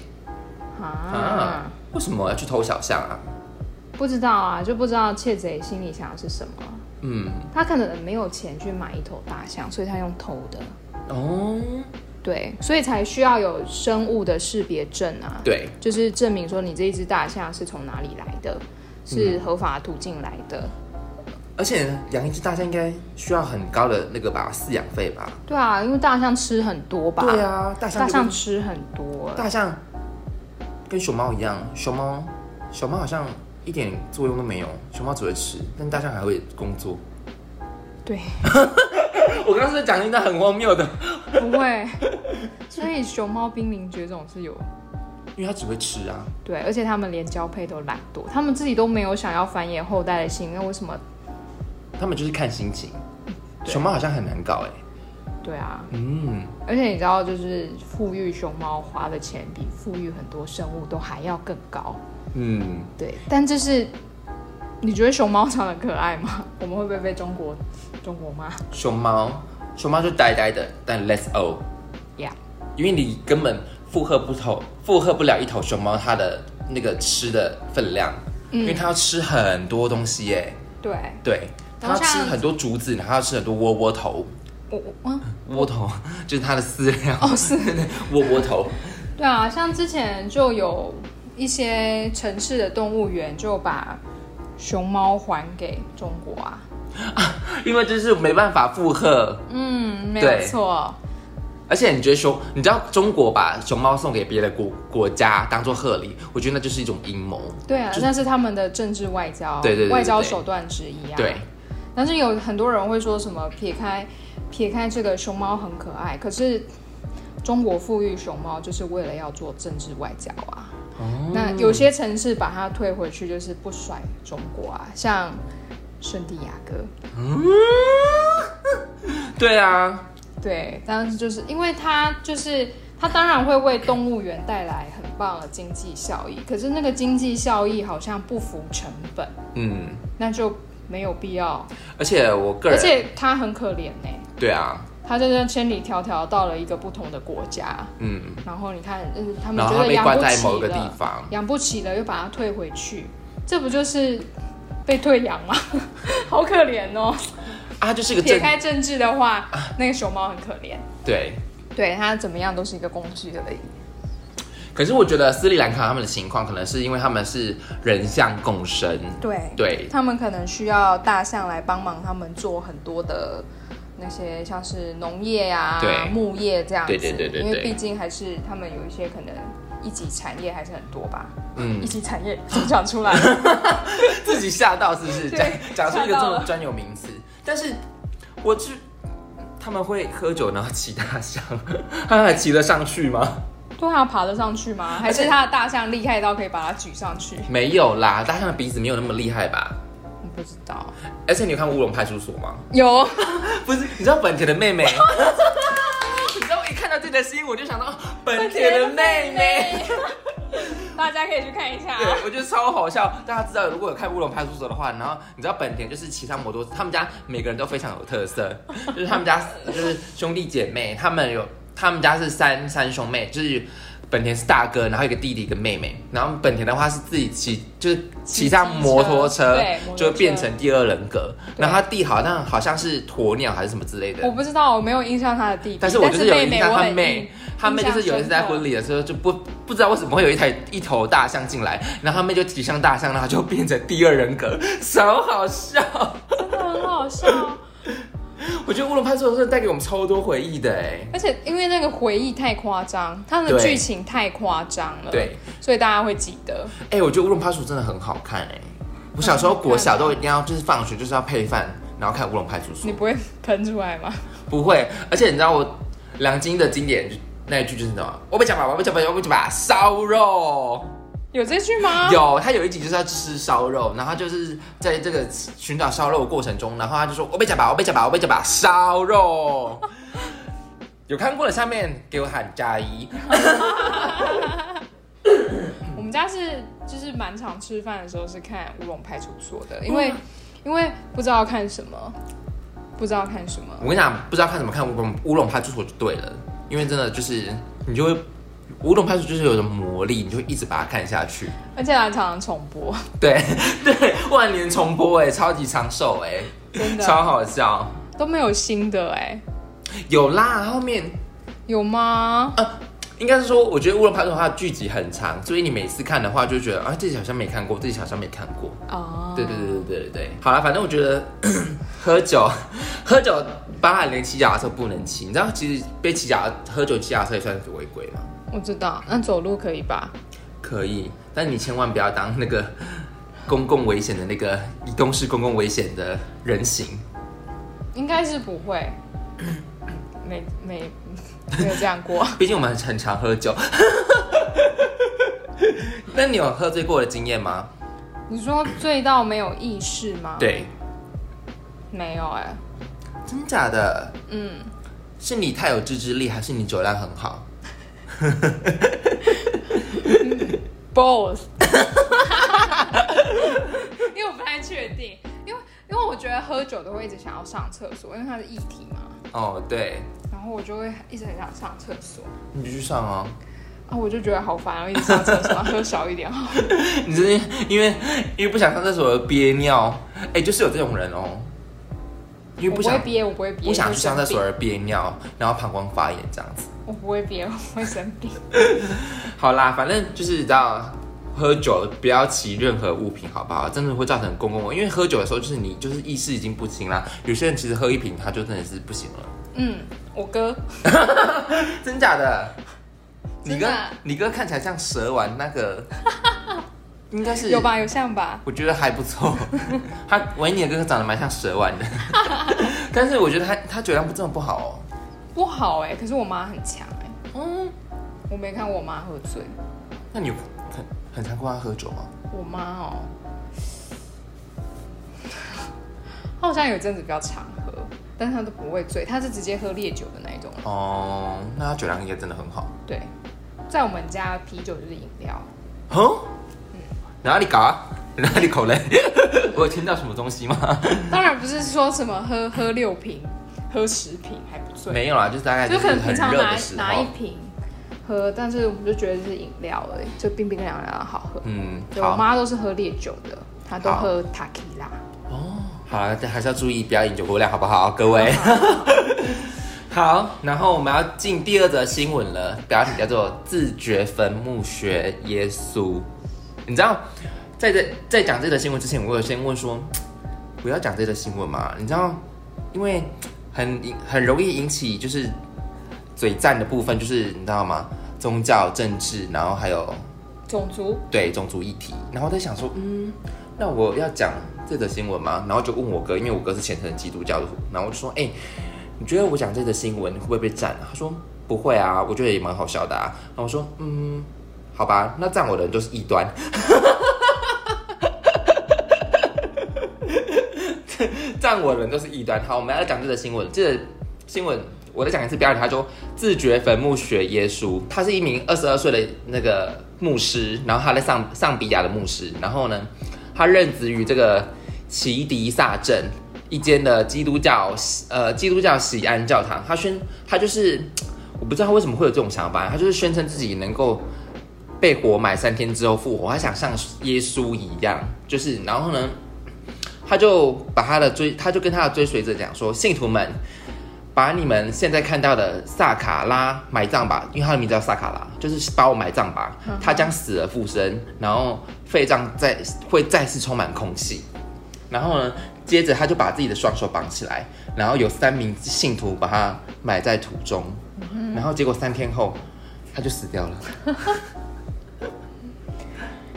Speaker 1: 啊
Speaker 2: 啊，。
Speaker 1: 为什么要去偷小象啊？
Speaker 2: 不知道啊，就不知道窃贼心里想的是什么。
Speaker 1: 嗯，
Speaker 2: 他可能没有钱去买一头大象，所以他用偷的。
Speaker 1: 哦，
Speaker 2: 对，所以才需要有生物的识别证啊。
Speaker 1: 对，
Speaker 2: 就是证明说你这一只大象是从哪里来的，是合法途径来的。
Speaker 1: 而且养一只大象应该需要很高的那个吧，饲养费吧？
Speaker 2: 对啊，因为大象吃很多吧？
Speaker 1: 对，啊，大象
Speaker 2: 大象
Speaker 1: 就
Speaker 2: 吃很多。
Speaker 1: 大象跟熊猫一样，熊猫熊猫好像一点作用都没有，熊猫只会吃，但大象还会工作。
Speaker 2: 对，
Speaker 1: 我刚刚是不是讲一段很荒谬的，
Speaker 2: 不会。所以熊猫濒临绝种是有
Speaker 1: 因为它只会吃啊。
Speaker 2: 对，而且它们连交配都懒惰，它们自己都没有想要繁衍后代的心，那为什么？
Speaker 1: 他们就是看心情。
Speaker 2: 对
Speaker 1: 熊猫好像很难搞哎、
Speaker 2: 对啊，
Speaker 1: 嗯，
Speaker 2: 而且你知道，就是富裕熊猫花的钱比富裕很多生物都还要更高。
Speaker 1: 嗯，
Speaker 2: 对，但就是你觉得熊猫长得可爱吗？我们会不会被中国中国骂
Speaker 1: 熊猫，熊猫就呆呆的，但 let's o，
Speaker 2: 呀
Speaker 1: 因为你根本负荷不头，负荷不了一头熊猫它的那个吃的分量，
Speaker 2: 嗯
Speaker 1: 因为它要吃很多东西哎、
Speaker 2: 对，
Speaker 1: 对，它
Speaker 2: 然
Speaker 1: 要
Speaker 2: 后
Speaker 1: 吃
Speaker 2: 像
Speaker 1: 很多竹子，然后要吃很多窝窝头，
Speaker 2: 我我嗯，
Speaker 1: 窝头 [laughs] 就是它的饲料，
Speaker 2: 哦
Speaker 1: [laughs]
Speaker 2: 是，
Speaker 1: 窝窝头，
Speaker 2: 对啊，像之前就有一些城市的动物园就把熊猫还给中国啊，
Speaker 1: 因为就是没办法负荷。
Speaker 2: 嗯，没
Speaker 1: 对
Speaker 2: 有错，
Speaker 1: 而且你觉得熊，你知道中国把熊猫送给别的国国家当做贺礼，我觉得那就是一种阴谋。
Speaker 2: 对啊
Speaker 1: 就，
Speaker 2: 那是他们的政治外交，
Speaker 1: 对对对对
Speaker 2: 外交
Speaker 1: 对
Speaker 2: 手段之一啊，
Speaker 1: 对，
Speaker 2: 但是有很多人会说什么撇开撇开这个熊猫很可爱，可是中国富裕熊猫就是为了要做政治外交啊。
Speaker 1: 哦
Speaker 2: 那有些城市把它退回去，就是不甩中国啊，像圣地亚哥。
Speaker 1: 对啊，
Speaker 2: 对，但是就是因为它就是它当然会为动物园带来很棒的经济效益，可是那个经济效益好像不符成本，
Speaker 1: 嗯，
Speaker 2: 那就没有必要。
Speaker 1: 而且我个
Speaker 2: 而
Speaker 1: 人，
Speaker 2: 且它很可怜呢、
Speaker 1: 对啊，
Speaker 2: 他就这样千里迢迢到了一个不同的国家，
Speaker 1: 嗯，
Speaker 2: 然后你看，嗯，他们
Speaker 1: 然
Speaker 2: 觉
Speaker 1: 后它
Speaker 2: 得
Speaker 1: 被
Speaker 2: 养
Speaker 1: 关
Speaker 2: 不
Speaker 1: 在
Speaker 2: 起
Speaker 1: 某一个地
Speaker 2: 了，
Speaker 1: 方，啊
Speaker 2: 养不起了又把它退回去，这不就是被退养吗？ [laughs] 好可怜哦！
Speaker 1: 啊，它就是一个
Speaker 2: 撇
Speaker 1: 政
Speaker 2: 开政治的话，那个熊猫很可怜，
Speaker 1: 对。
Speaker 2: 对它怎么样都是一个工具而已。
Speaker 1: 可是我觉得斯里兰卡他们的情况，可能是因为他们是人象共生，
Speaker 2: 对，
Speaker 1: 对，
Speaker 2: 他们可能需要大象来帮忙他们做很多的。那些像是农业呀、
Speaker 1: 对
Speaker 2: 牧业这样子，
Speaker 1: 对对对对
Speaker 2: 因为
Speaker 1: 对
Speaker 2: 毕竟还是他们有一些可能一级产业还是很多吧。
Speaker 1: 嗯
Speaker 2: [laughs] 一，级产业成长出
Speaker 1: [laughs]
Speaker 2: 来。
Speaker 1: 自己吓到是不是？
Speaker 2: 对
Speaker 1: 讲讲出一个
Speaker 2: 吓
Speaker 1: 这
Speaker 2: 到
Speaker 1: 种
Speaker 2: 了
Speaker 1: 专有名词，但是我是他们会喝酒然后骑大象，他还骑得上去吗？
Speaker 2: 对啊，爬得上去吗？还是它的大象厉害到可以把它举上去？
Speaker 1: 没有啦，大象的鼻子没有那么厉害吧？
Speaker 2: 我不知道。
Speaker 1: 而且你有看过《乌龙派出所》吗？
Speaker 2: 有，
Speaker 1: 不是，你知道本田的妹妹？ [laughs] 你知道我一看到这条新闻，我就想到哦本田的妹妹。，
Speaker 2: [laughs] 大家可以去看一下。
Speaker 1: 对，我觉得超好笑。大家知道，如果有看《乌龙派出所》的话，然后你知道本田就是骑他摩托，他们家每个人都非常有特色，就是他们家就是兄弟姐妹，他们有他们家是三三兄妹，就是本田是大哥，然后一个弟弟一个妹妹，然后本田的话是自己骑，就是骑上摩托车
Speaker 2: 对摩托，车
Speaker 1: 就变成第二人格。
Speaker 2: 对
Speaker 1: 然后他弟好像好像是鸵鸟还是什么之类的
Speaker 2: 我，不知道，我没有印象他的弟弟，
Speaker 1: 但是我就是有
Speaker 2: 妹
Speaker 1: 印
Speaker 2: 妹，
Speaker 1: 象，
Speaker 2: 我
Speaker 1: 他
Speaker 2: 很
Speaker 1: 妹，他妹就是有一次在婚
Speaker 2: 礼，
Speaker 1: 礼的时候就不不知道为什么会有一台一头大象进来，然后他妹就骑上大象，然后就变成第二人格，超好笑。 [laughs]
Speaker 2: 真的很好笑。
Speaker 1: 我觉得《乌龙派出所》真的带给我们超多回忆的哎。
Speaker 2: 而且因为那个回忆太夸张，它的
Speaker 1: 对
Speaker 2: 剧情太夸张了，
Speaker 1: 对，
Speaker 2: 所以大家会记得。
Speaker 1: 哎、我觉得《乌龙派出所》真的很好看哎。我小时候国小都一定要就是放学就是要配饭，然后看《乌龙派出所
Speaker 2: 你》。不会喷出来吗？ [laughs]
Speaker 1: 不会，而且你知道我梁晶的经典那一句就是什么？我被讲吧，我被讲吧，我被讲吧，烧肉。
Speaker 2: 有这句吗？
Speaker 1: 有，他有一集就是要吃烧肉，然后他就是在这个寻找烧肉的过程中，然后他就说：“我被夹吧，我被夹吧，我被夹吧，烧肉。” [laughs] 有看过的下面给我喊加一。
Speaker 2: 我们家是就是蛮常吃饭的时候是看《乌龙派出所》的，因为、因为不知道看什么，不知道看什么。
Speaker 1: 我跟你讲，不知道看什么看乌龙乌龙派出所就对了，因为真的就是你就会乌龙派出所就是有种魔力，你就会一直把它看下去。
Speaker 2: 而且还常常重
Speaker 1: [laughs]
Speaker 2: 播，
Speaker 1: 对对，万年重播哎、超级长寿哎、
Speaker 2: 真的
Speaker 1: 超好笑。
Speaker 2: 都没有新的哎、
Speaker 1: 有啦，后面
Speaker 2: 有吗？
Speaker 1: 呃应该是说，我觉得《乌龙派出所》它的剧集很长，所以你每次看的话，就觉得啊，这集好像没看过，这集好像没看过。
Speaker 2: 啊，
Speaker 1: 对对对对对对对。好了，反正我觉得喝酒，喝酒包含连骑脚踏车不能骑，你知道，其实被骑脚喝酒骑脚踏车也算是违规吗？
Speaker 2: 我知道。那走路可以吧？
Speaker 1: 可可以，但你千万不要当那个公共危险的那个移动式公共危险的人形。
Speaker 2: 应该是不会，没没 [laughs] 没有这样过。
Speaker 1: 毕竟我们很常喝酒。 [laughs] 那你有喝醉过的经验吗？
Speaker 2: 你说醉到没有意识吗？，
Speaker 1: 对，
Speaker 2: 没有哎、
Speaker 1: 真假的？
Speaker 2: 嗯，
Speaker 1: 是你太有自制力，还是你酒量很好？
Speaker 2: both，因为我不太确定，因为因为我觉得喝酒都会一直想要上厕所，因为它是液体嘛，
Speaker 1: 哦，对，
Speaker 2: 然后我就会一直很想上厕所，
Speaker 1: 你就去上啊。
Speaker 2: 啊，我就觉得好烦哦，一直上厕所，喝少一点好。
Speaker 1: [laughs] 你真的因为因为不想上厕所而憋尿，哎、就是有这种人哦，因为
Speaker 2: 我
Speaker 1: 不
Speaker 2: 不会
Speaker 1: 想
Speaker 2: 憋，我不会憋，
Speaker 1: 不想去上厕所
Speaker 2: 会生
Speaker 1: 而憋尿，然后膀胱发炎这样子。
Speaker 2: 病，我不会憋，我会生病。
Speaker 1: 好啦，反正就是你知道，喝酒不要骑任何物品，好不好？真的会造成公共，因为喝酒的时候就是你就是意识已经不清啦。有些人其实喝一瓶他就真的是不行了，
Speaker 2: 嗯，我哥
Speaker 1: 真假的？你
Speaker 2: 真
Speaker 1: 哥
Speaker 2: 的，
Speaker 1: 你哥看起来像蛇丸那
Speaker 2: [laughs]
Speaker 1: 个，应该是
Speaker 2: 有？吧，有像吧，
Speaker 1: 我觉得还不错。 [laughs] 他维尼的哥哥长得蛮像蛇丸
Speaker 2: [laughs]
Speaker 1: 的，但是我觉得他他酒量不这么不好
Speaker 2: 不好哎、可是我妈很强哎、
Speaker 1: 哦。嗯，
Speaker 2: 我没看过我妈喝醉，
Speaker 1: 那你有很很常跟他喝酒吗？
Speaker 2: 我妈哦，她好像有一阵子比较常喝，但是她都不会醉，她是直接喝烈酒的那一种。
Speaker 1: 哦，那他酒量应该真的很好。
Speaker 2: 对，在我们家啤酒就是饮料，
Speaker 1: 哼，哦
Speaker 2: 嗯
Speaker 1: 哪里搞啊？ [laughs] 哪里口嘞？我有听到什么东西吗？
Speaker 2: 当然不是说什么喝喝六瓶、喝十瓶还不醉，
Speaker 1: 没有啦，就是大概
Speaker 2: 就
Speaker 1: 就是
Speaker 2: 可能
Speaker 1: 很
Speaker 2: 平常
Speaker 1: 热
Speaker 2: 拿
Speaker 1: 的时
Speaker 2: 拿
Speaker 1: 候
Speaker 2: 一。瓶喝，但是我们就觉得是饮料而已，就冰冰凉凉好喝。
Speaker 1: 嗯，
Speaker 2: 对我
Speaker 1: 好，
Speaker 2: 妈都是喝烈酒的，她都
Speaker 1: 好
Speaker 2: 喝塔 q
Speaker 1: [laughs]
Speaker 2: 拉。
Speaker 1: 好啦，但还是要注意不要饮酒过量，好不好，各位？好，然后我们要进第二则新闻了，标题叫做“自觉坟墓学耶稣”。你知道，在这在讲这则新闻之前，我有先问说，不要讲这则新闻嘛？你知道，因为很很容易引起就是嘴战的部分，就是你知道吗？宗教、政治，然后还有
Speaker 2: 种族
Speaker 1: 对种族议题，然后我在想说，嗯，那我要讲这则新闻吗？然后就问我哥，因为我哥是虔诚的基督教徒，然后我就说，哎、你觉得我讲这则新闻会不会被占、啊？他说不会啊，我觉得也蛮好笑的啊。然后我说，嗯，好吧，那占我的人就是异端。占我的人都是异端。好，我们要讲这则新闻，这则新闻我再讲一次标题，他说自觉坟墓学耶稣，他是一名二十二岁的那个牧师，然后他在上上比亚的牧师，然后呢，他任职于这个奇迪萨镇一间的基督教呃基督教喜安教堂，他宣他就是我不知道他为什么会有这种想法，他就是宣称自己能够。被活埋三天之后复活，他想像耶稣一样，就是然后呢，他就把他的追，他就跟他的追随者讲说：“信徒们，把你们现在看到的萨卡拉埋葬吧，因为他的名字叫萨卡拉，就是把我埋葬吧。他将死而复生，然后肺脏再会再次充满空气。然后呢，接着他就把自己的双手绑起来，然后有三名信徒把他埋在土中，然后结果三天后他就死掉了。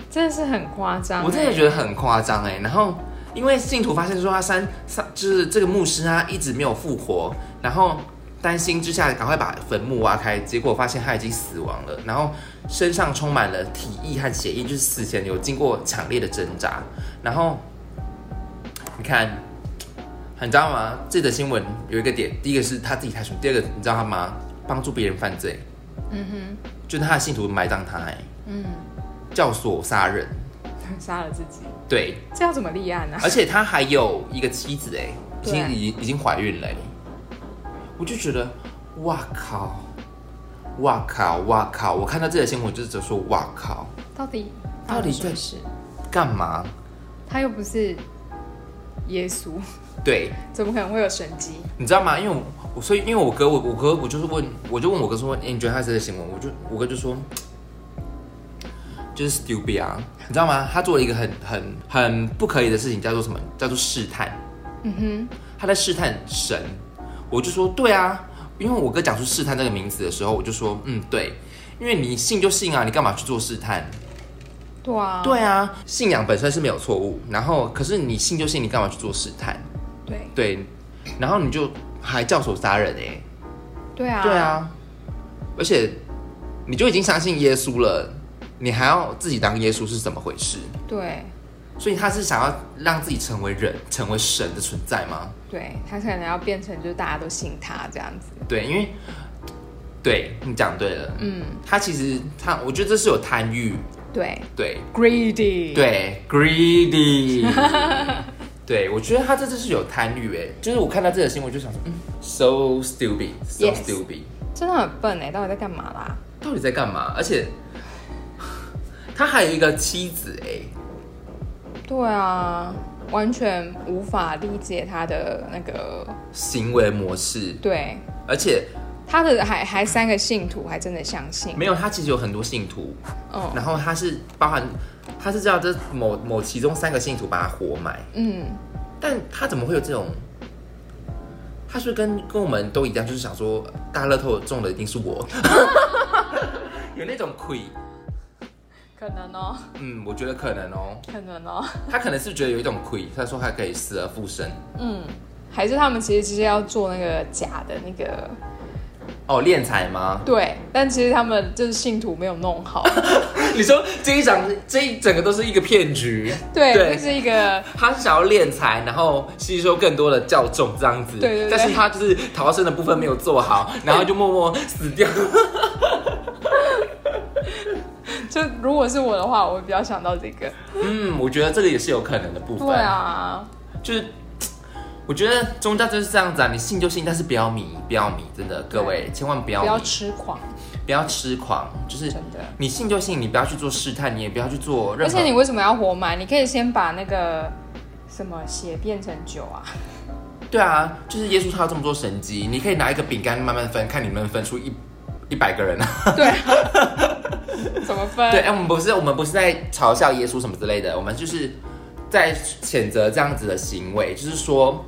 Speaker 2: 真的是很夸张、
Speaker 1: 我真的觉得很夸张哎。然后因为信徒发现说他三三就是这个牧师啊一直没有复活，然后担心之下赶快把坟墓挖开，结果发现他已经死亡了，然后身上充满了体液和血液，就是死前有经过强烈的挣扎。然后你看，你知道吗？这则新闻有一个点，第一个是他自己太蠢，第二个你知道他吗？帮助别人犯罪，
Speaker 2: 嗯
Speaker 1: 就是他的信徒埋葬他、哎，
Speaker 2: 哼，嗯，
Speaker 1: 教唆杀人，
Speaker 2: 欸 [laughs] 杀了自己，
Speaker 1: 对，
Speaker 2: 这要怎么立案
Speaker 1: [laughs]
Speaker 2: 呢、啊
Speaker 1: 而且他还有一个妻子哎，已经
Speaker 2: 对
Speaker 1: 已已经怀孕了哎，我就觉得，哇靠，哇靠，哇靠！我看到这个新闻就是只说哇靠，
Speaker 2: 到底
Speaker 1: 到底
Speaker 2: 这
Speaker 1: 在
Speaker 2: 是
Speaker 1: 干嘛？
Speaker 2: 他又不是耶稣， [laughs]
Speaker 1: 对，
Speaker 2: 怎么可能会有神迹？
Speaker 1: 你知道吗？因为我我所以因为我哥我我哥我就是问我就问我哥说，哎，你觉得他这个新闻？我就我哥就说，就是 stupid 啊，你知道吗？他做了一个很很很不可以的事情，叫做什么？叫做试探。
Speaker 2: 嗯
Speaker 1: 他在试探神。我就说对啊，因为我哥讲出试探这个名词的时候，我就说嗯对，因为你信就信啊，你干嘛去做试探？
Speaker 2: 哼，对啊，
Speaker 1: 对啊，信仰本身是没有错误，然后可是你信就信，你干嘛去做试探？
Speaker 2: 对
Speaker 1: 对，然后你就还教唆杀人哎、
Speaker 2: 对啊，
Speaker 1: 对，啊，而且你就已经相信耶稣了，你还要自己当耶稣是怎么回事？
Speaker 2: 对
Speaker 1: 所以他是想要让自己成为人，成为神的存在吗？
Speaker 2: 对，他可能要变成就是大家都信他这样子。
Speaker 1: 对，因为对你讲对了，
Speaker 2: 嗯，
Speaker 1: 他其实他，我觉得这是有贪欲，
Speaker 2: 对
Speaker 1: 对
Speaker 2: ，greedy，，
Speaker 1: 对，greedy，对我觉得他这次是有贪欲，哎，就是我看到这个新闻就想说，嗯，so stupid，so
Speaker 2: Yes
Speaker 1: stupid，
Speaker 2: 真的很笨哎，到底在干嘛啦？
Speaker 1: 到底在干嘛？而且他还有一个妻子，哎，
Speaker 2: 对啊，完全无法理解他的那个，
Speaker 1: 行为模式，
Speaker 2: 对，
Speaker 1: 而且
Speaker 2: 他的还还三个信徒还真的相信，
Speaker 1: 没有他其实有很多信徒，
Speaker 2: 嗯
Speaker 1: 然后他是包含他是知道这某某其中三个信徒把他活埋，
Speaker 2: 嗯，
Speaker 1: 但他怎么会有这种？他是不是跟跟我们都一样，就是想说大乐透中的一定是我， [laughs] 有那种亏。
Speaker 2: 可能哦，
Speaker 1: 嗯，我觉得可能哦，
Speaker 2: 可能哦，
Speaker 1: 他可能是觉得有一种亏，他说他可以死而复生。
Speaker 2: 嗯，还是他们其实直接要做那个假的那个，
Speaker 1: 哦，敛财吗？ [laughs]
Speaker 2: 对，但其实他们就是信徒没有弄好，
Speaker 1: 你说这一场这一整个都是一个骗局，
Speaker 2: 对，
Speaker 1: 对
Speaker 2: 这是一个
Speaker 1: 他是想要敛财，然后吸收更多的教众这样子。
Speaker 2: 对对对
Speaker 1: 但是他就是逃生的部分没有做好，然后就默默死掉。
Speaker 2: 就如果是我的话，我会比较想到这个。
Speaker 1: 嗯，我觉得这个也是有可能的部分。
Speaker 2: 对，啊，
Speaker 1: 就是我觉得宗教就是这样子啊，你信就信，但是不要迷，不要迷，真的，各位千万不要
Speaker 2: 不要
Speaker 1: 迷，
Speaker 2: 痴狂，
Speaker 1: 不要痴狂，就是
Speaker 2: 真的。
Speaker 1: 你信就信，你不要去做试探，你也不要去做任
Speaker 2: 而
Speaker 1: 何。
Speaker 2: 且你为什么要活埋？你可以先把那个什么血变成酒啊。
Speaker 1: [laughs] 对啊，就是耶稣他要这么做神迹，你可以拿一个饼干慢慢分，看你能不能分出一一百个人啊。
Speaker 2: 对，啊怎么分？
Speaker 1: 对，哎、我们不是我们不是在嘲笑耶稣什么之类的，我们就是在谴责这样子的行为，就是说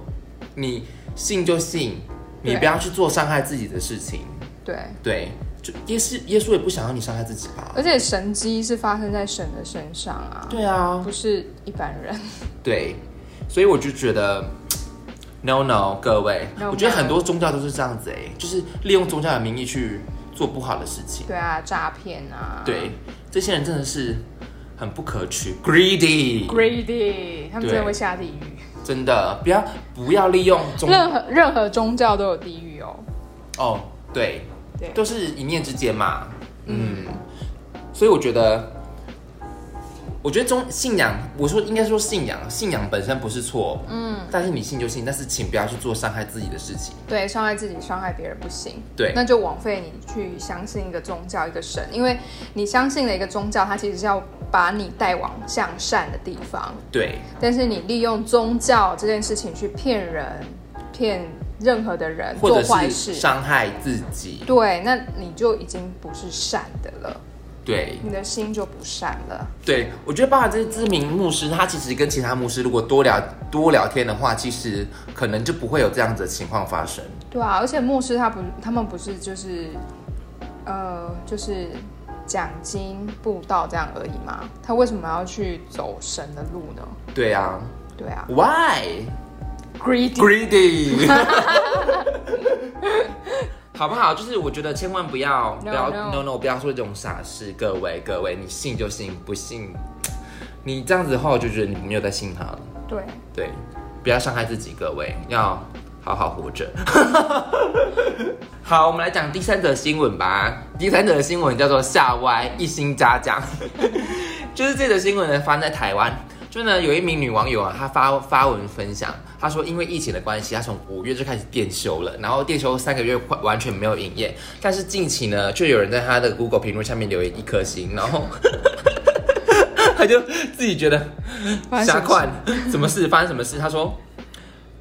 Speaker 1: 你信就信，你
Speaker 2: 对
Speaker 1: 不要去做伤害自己的事情。
Speaker 2: 对
Speaker 1: 对，就耶稣耶稣也不想要你伤害自己吧？
Speaker 2: 而且神机是发生在神的身上啊，
Speaker 1: 对啊，
Speaker 2: 不是一般人。
Speaker 1: 对，所以我就觉得。No no，各位
Speaker 2: No,
Speaker 1: 我觉得
Speaker 2: no
Speaker 1: 很多宗教都是这样子哎、就是利用宗教的名义去做不好的事情。
Speaker 2: 对啊，诈骗啊，
Speaker 1: 对，这些人真的是很不可取，greedy，
Speaker 2: ，greedy，他们真的
Speaker 1: 对
Speaker 2: 会下地狱。
Speaker 1: 真的不要不要利用宗
Speaker 2: 任何任何宗教都有地狱哦。
Speaker 1: 哦，对，
Speaker 2: 对
Speaker 1: 都是一念之间嘛，嗯，所以我觉得，我觉得宗信仰，我说应该说信仰，信仰本身不是错，嗯，但是你信就信，但是请不要去做伤害自己的事情，
Speaker 2: 对，伤害自己、伤害别人不行，
Speaker 1: 对
Speaker 2: 那就枉费你去相信一个宗教、一个神，因为你相信了一个宗教，它其实是要把你带往向善的地方，
Speaker 1: 对
Speaker 2: 但是你利用宗教这件事情去骗人、骗任何的人
Speaker 1: 或
Speaker 2: 做
Speaker 1: 者
Speaker 2: 坏
Speaker 1: 是
Speaker 2: 事，
Speaker 1: 伤害自己，
Speaker 2: 对，那你就已经不是善的了，
Speaker 1: 对
Speaker 2: 你的心就不善了。
Speaker 1: 对，我觉得包含这知名牧师，他其实跟其他牧师如果多聊多聊天的话，其实可能就不会有这样子的情况发生，
Speaker 2: 对啊，而且牧师他不，他们不是就是，呃，就是讲经布道这样而已嘛，他为什么要去走神的路呢？
Speaker 1: 对啊
Speaker 2: 对啊
Speaker 1: ，Why？
Speaker 2: ，greedy， [laughs]
Speaker 1: greedy，好不好？就是我觉得千万不要
Speaker 2: No,
Speaker 1: 不要
Speaker 2: no
Speaker 1: no no 不要做这种傻事，各位各位，你信就信，不信你这样子的话，我就觉得你没有在信他了。
Speaker 2: 对，
Speaker 1: 对，不要伤害自己，各位要好好活着。好，我们来讲第三则新闻吧。第三则新闻叫做夏歪一星嘉奖， [laughs] 就是这则新闻呢发生在台湾。就呢，有一名女网友啊，她发发文分享，她说因为疫情的关系，她从五月就开始店休了，然后店休三个月快完全没有营业，但是近期呢，就有人在她的 Google 评论下面留言一颗星，然后 [laughs] 她就自己觉得
Speaker 2: 发生什
Speaker 1: 瞎
Speaker 2: 么
Speaker 1: 款，什么事？发生什么事？他说。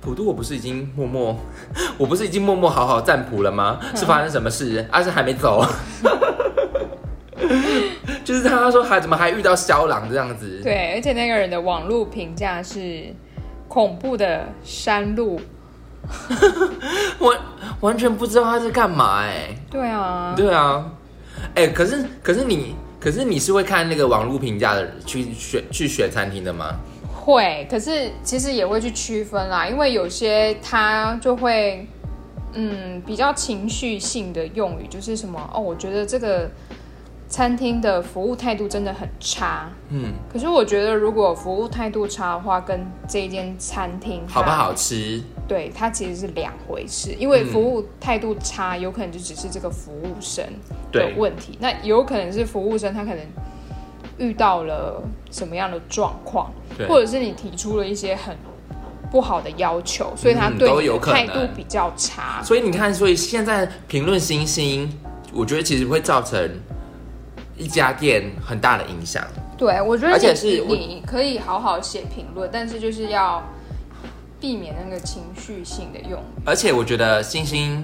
Speaker 1: 普渡我不是已经默默，我不是已经默默好好占卜了吗？
Speaker 2: 嗯
Speaker 1: 是发生什么事？而、啊、是还没走， [laughs] 就是他说还怎么还遇到肖郎这样子？
Speaker 2: 对，而且那个人的网络评价是恐怖的山路，
Speaker 1: 完完全不知道他在干嘛哎、
Speaker 2: 对啊，
Speaker 1: 欸对啊，哎、可是可是你可是你是会看那个网络评价的去选去选餐厅的吗？
Speaker 2: 会，可是其实也会去区分啦，因为有些它就会，嗯，比较情绪性的用语，就是什么哦，我觉得这个餐厅的服务态度真的很差。
Speaker 1: 嗯，
Speaker 2: 可是我觉得如果服务态度差的话，跟这一间餐厅它
Speaker 1: 好嗯不，好吃？
Speaker 2: 对它其实是两回事，因为服务态度差，有可能就只是这个服务生的
Speaker 1: 对
Speaker 2: 问题，那有可能是服务生他可能遇到了什么样的状况。
Speaker 1: 对，
Speaker 2: 或者是你提出了一些很不好的要求，所以他
Speaker 1: 嗯
Speaker 2: 对
Speaker 1: 都
Speaker 2: 你
Speaker 1: 有
Speaker 2: 的
Speaker 1: 可能
Speaker 2: 态度比较差。
Speaker 1: 所以你看，所以现在评论星星，我觉得其实会造成一家店很大的影响。
Speaker 2: 对，我觉得
Speaker 1: 而且
Speaker 2: 你
Speaker 1: 是我
Speaker 2: 你可以好好写评论，但是就是要避免那个情绪性的用语。
Speaker 1: 而且我觉得星星，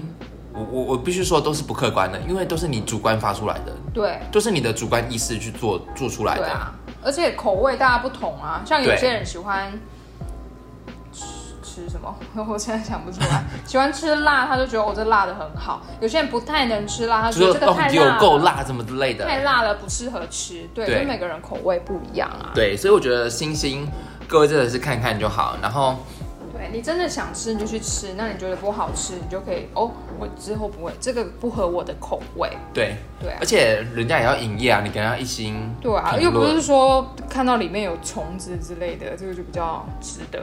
Speaker 1: 我我我必须说都是不客观的，因为都是你主观发出来的，
Speaker 2: 对，
Speaker 1: 都是你的主观意识去做做出来
Speaker 2: 对
Speaker 1: 的。
Speaker 2: 啊，而且口味大家不同啊，像有
Speaker 1: 对
Speaker 2: 些人喜欢吃吃什么， [laughs] 我现在想不出来，喜欢吃辣，他就觉得哦我这辣的很好；有些人不太能吃辣，他
Speaker 1: 就
Speaker 2: 觉得
Speaker 1: 说
Speaker 2: 啊这
Speaker 1: 哦有
Speaker 2: 个太，辣
Speaker 1: 够
Speaker 2: 了
Speaker 1: 辣，怎么之类的。
Speaker 2: 太辣了不适合吃。对，
Speaker 1: 对
Speaker 2: 就每个人口味不一样啊。
Speaker 1: 对，所以我觉得星星，各位真的是看看就好。然后
Speaker 2: 对你真的想吃你就去吃，那你觉得不好吃，你就可以哦，我之后不会，这个不合我的口味。
Speaker 1: 对，
Speaker 2: 对啊
Speaker 1: 而，且人家也要营业啊，你给他一星
Speaker 2: 对啊，
Speaker 1: 评
Speaker 2: 又不
Speaker 1: 论
Speaker 2: 是说看到里面有虫子之类的，这个就比较值得。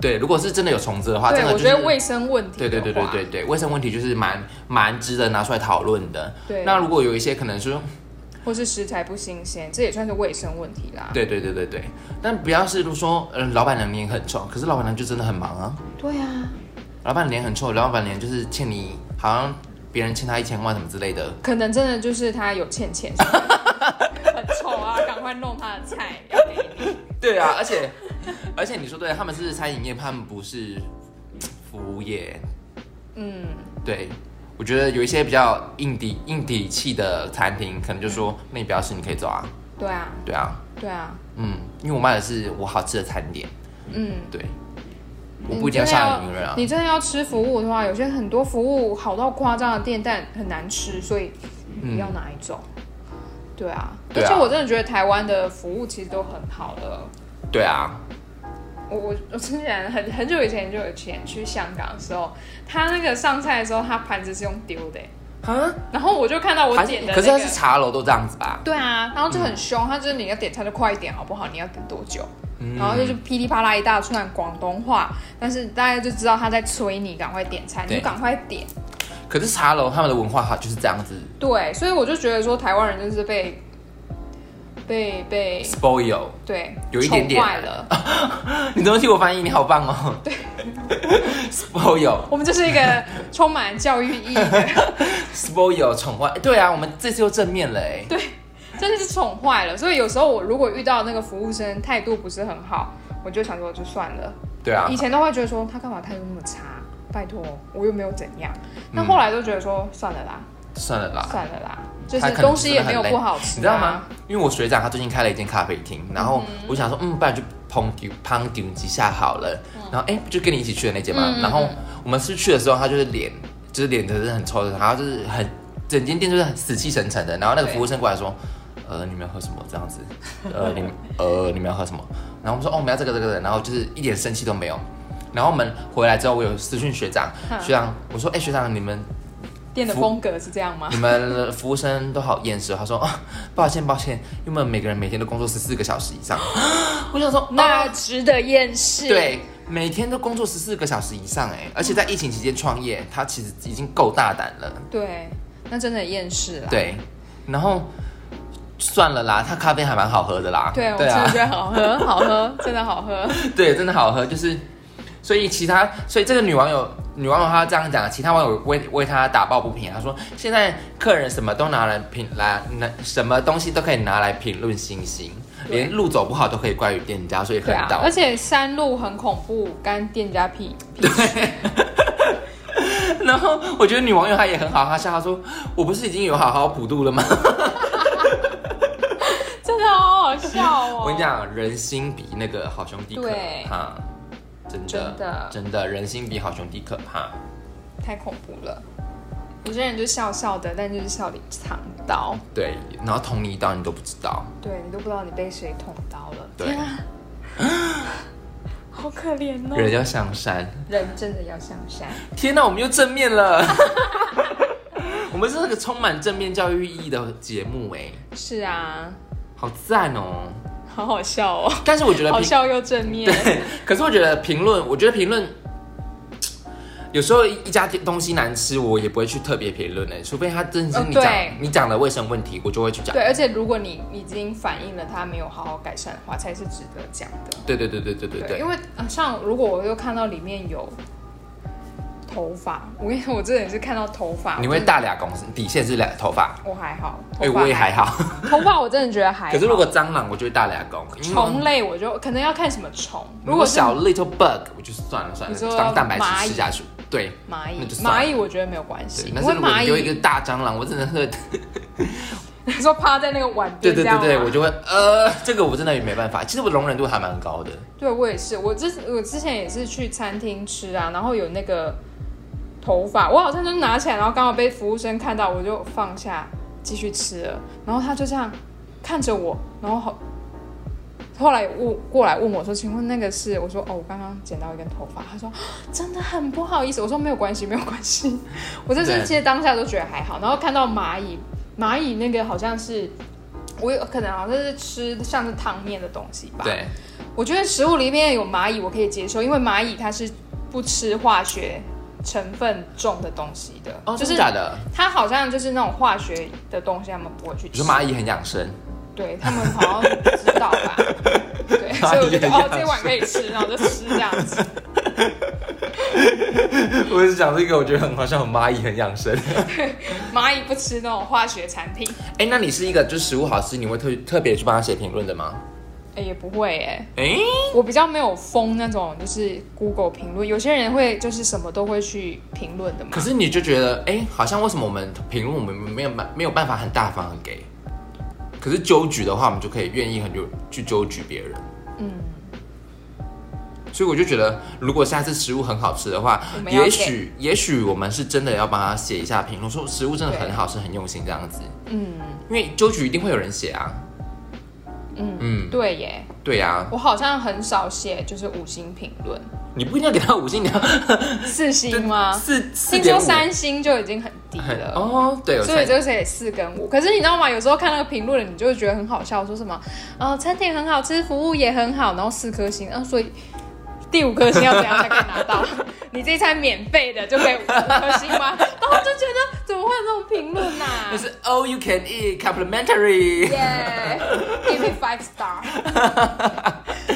Speaker 1: 对，如果是真的有虫子的话，真
Speaker 2: 对，
Speaker 1: 的
Speaker 2: 我
Speaker 1: 就是
Speaker 2: 觉得卫生问题
Speaker 1: 对
Speaker 2: 的
Speaker 1: 对对对
Speaker 2: 话
Speaker 1: 对对，卫生问题就是蛮蛮值得拿出来讨论的。
Speaker 2: 对
Speaker 1: 那如果有一些可能说，
Speaker 2: 或是食材不新鲜，这也算是卫生问题啦。
Speaker 1: 对对对对对，但不要是说，呃，老板娘脸很臭，可是老板娘就真的很忙啊。
Speaker 2: 对啊，
Speaker 1: 老板脸很臭，老板脸就是欠你，好像别人欠他一千万什么之类的。
Speaker 2: 可能真的就是他有欠钱，很臭啊，赶快弄他的菜要给你。
Speaker 1: 对啊，而且 [laughs] 而且你说对，他们是餐饮业，他们不是嘖服务业。
Speaker 2: 嗯，
Speaker 1: 对，我觉得有一些比较硬底硬底气的餐厅，可能就说那你不要吃，你可以走啊。
Speaker 2: 对啊，
Speaker 1: 对啊，
Speaker 2: 对啊，
Speaker 1: 嗯，因为我卖的是我好吃的餐点，
Speaker 2: 嗯。
Speaker 1: 对，我不一定要吓你嗯人啊。
Speaker 2: 你真的要吃服务的话，有些很多服务好到夸张的店，但很难吃，所以
Speaker 1: 嗯
Speaker 2: 你要哪一种？对啊，
Speaker 1: 对啊
Speaker 2: 而且我真的觉得台湾的服务其实都很好了。
Speaker 1: 对啊，
Speaker 2: 我我我之前很很久以前就有前去香港的时候，他那个上菜的时候，他盘子是用丢的欸、
Speaker 1: 啊，
Speaker 2: 然后我就看到我
Speaker 1: 还是
Speaker 2: 点的、那
Speaker 1: 可
Speaker 2: 个，
Speaker 1: 是他是茶楼都这样子吧？
Speaker 2: 对啊，然后就很
Speaker 1: 嗯
Speaker 2: 凶，他就是你要点菜就快一点好不好？你要等多久？然后就是噼里啪啦一大串广东话，但是大家就知道他在催你赶快点菜，你
Speaker 1: 对
Speaker 2: 就赶快点。
Speaker 1: 可是茶楼他们的文化好就是这样子
Speaker 2: 对，所以我就觉得说台湾人就是被被被
Speaker 1: ，spoil。
Speaker 2: 对
Speaker 1: 有一点点
Speaker 2: 宠坏
Speaker 1: [laughs]
Speaker 2: 了，
Speaker 1: 你怎么替我翻译？你好棒哦。对 [laughs] ，spoil
Speaker 2: 我们就是一个充满教育意义 [laughs] 的，
Speaker 1: spoil 宠坏。对啊，我们这次又正面了哎。对，
Speaker 2: 真的是宠坏了。所以有时候我如果遇到那个服务生态度不是很好，我就想说就算了。
Speaker 1: 啊
Speaker 2: 以，前都会觉得说他干嘛态度那么差，拜托我又没有怎样。
Speaker 1: 嗯
Speaker 2: 但后来都觉得说算了啦，
Speaker 1: 算了啦。
Speaker 2: 算了啦，就
Speaker 1: 啊他
Speaker 2: 是
Speaker 1: 可能
Speaker 2: 东西也没有不好吃、啊，
Speaker 1: 你知道吗？？因为我学长他最近开了一间咖啡厅，然后我想说，嗯，不然就碰丢碰丢几下好了。然后哎、不就跟你一起去的那间嘛。
Speaker 2: 嗯嗯嗯
Speaker 1: 然后我们是去的时候，他就是脸就是脸真的是很臭的，然后就是很整间店就是很死气沉沉的。然后那个
Speaker 2: 对
Speaker 1: 服务生过来说，呃，你们要喝什么？这样子，呃，
Speaker 2: [laughs]
Speaker 1: 你们呃你们要喝什么？然后我们说哦，我们要这个这个这个，然后就是一点生气都没有。然后我们回来之后，我有私讯学长，
Speaker 2: 嗯
Speaker 1: 学长我说，哎、学长你们
Speaker 2: 店的风格是
Speaker 1: [laughs]
Speaker 2: 这样吗
Speaker 1: 你？们服务生都好厌世哦，他说啊，抱歉抱歉，因为我们每个人每天都工作十四个小时以上。
Speaker 2: [gasps]
Speaker 1: 我想说，
Speaker 2: 那
Speaker 1: 啊
Speaker 2: 值得厌世。
Speaker 1: 对，每天都工作十四个小时以上哎，而且在疫情期间创业，他其实已经够大胆了。
Speaker 2: 对，那真的厌世啦。
Speaker 1: 对，然后算了啦，他咖啡还蛮好喝的啦。
Speaker 2: 对，我
Speaker 1: 对
Speaker 2: 真
Speaker 1: 啊
Speaker 2: 的，觉得好喝，好喝，真的
Speaker 1: [laughs]
Speaker 2: 好喝。
Speaker 1: 对，真的好喝，就是。所以其他，所以这个女网友，女网友她这样讲，其他网友为为她打抱不平，她说现在客人什么都拿来评来，拿什么东西都可以拿来评论星星，
Speaker 2: 对
Speaker 1: 连路走不好都可以怪于店家，所以
Speaker 2: 对
Speaker 1: 很
Speaker 2: 啊
Speaker 1: 倒，[laughs]
Speaker 2: 而且山路很恐怖，干店家屁屁事。
Speaker 1: 然后我觉得女网友她也很好，她笑她说我不是已经有好好普渡了吗？
Speaker 2: 真的好好笑哦。
Speaker 1: [laughs] 我跟你，讲，人心比那个好兄弟可
Speaker 2: 对
Speaker 1: 怕，真的
Speaker 2: 真的
Speaker 1: 真的人心比好兄弟可怕。
Speaker 2: 太恐怖了。有些人就笑笑的，但就是笑里藏刀。
Speaker 1: 对，然后捅你一刀你都不知道，
Speaker 2: 对你都不知道你被谁捅刀了。
Speaker 1: 对
Speaker 2: 天啊， [laughs] 好可怜哦。
Speaker 1: 人要上山。
Speaker 2: 人真的要向善。
Speaker 1: 天哪，我们又正面了。 [laughs] 我们是那个充满正面教育意义的节目哎，
Speaker 2: 是啊，
Speaker 1: 好赞哦！
Speaker 2: 好好笑哦，
Speaker 1: 但是我觉得 [laughs]
Speaker 2: 好
Speaker 1: 评，
Speaker 2: 笑又正面。
Speaker 1: 可是我觉得评论，我觉得评论有时候一家东西难吃，我也不会去特别评论哎，除非他真的是
Speaker 2: 哦
Speaker 1: 你讲、
Speaker 2: 对
Speaker 1: 你讲的卫生问题，我就会去讲。
Speaker 2: 对，而且如果你已经反映了他没有好好改善的话，才是值得讲的。
Speaker 1: 对对对对对对对，
Speaker 2: 因为呃像如果我又看到里面有头发，我跟你说，我真的也是看到头发，
Speaker 1: 你
Speaker 2: 我
Speaker 1: 会
Speaker 2: 真的
Speaker 1: 大俩公司底线是俩头发，
Speaker 2: 我还好，
Speaker 1: 哎、
Speaker 2: 头发
Speaker 1: 我也还好。
Speaker 2: 好，头发我真的觉得还好。
Speaker 1: 可是如果蟑螂，我就会大俩公，因为
Speaker 2: 虫类，我就可能要看什么虫。
Speaker 1: 如
Speaker 2: 如
Speaker 1: 果
Speaker 2: 果是
Speaker 1: 小 little bug，我就是算了算
Speaker 2: 你说
Speaker 1: 了，当蛋白
Speaker 2: 蚂
Speaker 1: 质
Speaker 2: 蚁
Speaker 1: 吃下去。对，
Speaker 2: 蚂蚁
Speaker 1: 那就，算了
Speaker 2: 蚂蚁我觉得没有关系，
Speaker 1: 对
Speaker 2: 因
Speaker 1: 但是
Speaker 2: 为
Speaker 1: 如果
Speaker 2: 蚂
Speaker 1: 你有一个
Speaker 2: 蚁，
Speaker 1: 大蟑螂，我真的 [laughs] 是
Speaker 2: 你说趴在那个碗
Speaker 1: 对
Speaker 2: 边这
Speaker 1: 对
Speaker 2: 样
Speaker 1: 对
Speaker 2: 吗？
Speaker 1: 对，我就会呃，这个我真的也没办法。其实我容忍度还蛮高的，
Speaker 2: 对我也是，我之我之前也是去餐厅吃啊，然后有那个头发，我好像就拿起来，然后刚好被服务生看到，我就放下继续吃了，然后他就这样看着我，然后好。后来问过来问我说：“请问那个是？”我说：“哦，我刚刚剪到一根头发。”他说：“真的很不好意思。”我说：“没有关系，没有关系。” [laughs] 我在这
Speaker 1: 对
Speaker 2: 些当下都觉得还好。然后看到蚂蚁，蚂蚁那个好像是我有可能好像是吃像是汤面的东西吧。
Speaker 1: 对
Speaker 2: 我觉得食物里面有蚂蚁，我可以接受，因为蚂蚁它是不吃化学成分重的东西的，
Speaker 1: 哦，
Speaker 2: 就
Speaker 1: 真的
Speaker 2: 是
Speaker 1: 假的？
Speaker 2: 它好像就是那种化学的东西，他们不会去
Speaker 1: 你
Speaker 2: 吃。
Speaker 1: 说蚂蚁很养生，
Speaker 2: 对他们好像知
Speaker 1: [laughs]
Speaker 2: 道吧？对，所以我就觉得
Speaker 1: 蚂蚁
Speaker 2: 哦，这碗可以吃，然后就吃这样子。
Speaker 1: [laughs]
Speaker 2: [laughs]
Speaker 1: 我也是讲这个，我觉得很好笑，蚂蚁很养生。
Speaker 2: 蚂蚁不吃那种化学产品，
Speaker 1: 哎，那你是一个就是食物好吃，你会特特别去帮他写评论的吗？
Speaker 2: 哎、也不会哎、
Speaker 1: 哎，
Speaker 2: 我比较没有封那种就是 Google 评论，有些人会就是什么都会去评论的嘛
Speaker 1: 可。是你就觉得，哎，好像为什么我们评论我们没有办没有办法很大方很给，可是纠举的话，我们就可以愿意很有去纠举别人。
Speaker 2: 嗯，
Speaker 1: 所以我就觉得，如果下次食物很好吃的话
Speaker 2: 我，们要
Speaker 1: 也许也许我们是真的要帮他写一下评论，说食物真的
Speaker 2: 对
Speaker 1: 很好吃，很用心这样子。
Speaker 2: 嗯
Speaker 1: 因为纠举一定会有人写啊，
Speaker 2: 嗯
Speaker 1: 嗯，
Speaker 2: 对耶。
Speaker 1: 对啊，
Speaker 2: 我好像很少写就是五星评论，
Speaker 1: 你不一定要给他五星，你
Speaker 2: [laughs]
Speaker 1: 要
Speaker 2: 四星
Speaker 1: [laughs]
Speaker 2: 吗？
Speaker 1: 四四
Speaker 2: 听
Speaker 1: 点
Speaker 2: 说
Speaker 1: 五
Speaker 2: 三星就已经很低
Speaker 1: 很
Speaker 2: 了。
Speaker 1: 哦，对，有
Speaker 2: 所
Speaker 1: 三
Speaker 2: 以就写四跟五，可是你知道吗？有时候看那个评论，你就会觉得很好笑，说什么，呃，餐点很好吃，服务也很好，然后四颗星，嗯、所以第五颗星要怎样才可以拿
Speaker 1: [laughs]
Speaker 2: 到？你这一餐免费的就可以五颗星吗？然后就觉得怎么会有这种评论啊
Speaker 1: [laughs]
Speaker 2: 呐、
Speaker 1: 就是 all you can eat complimentary， [laughs]
Speaker 2: 耶、g i v e me five star，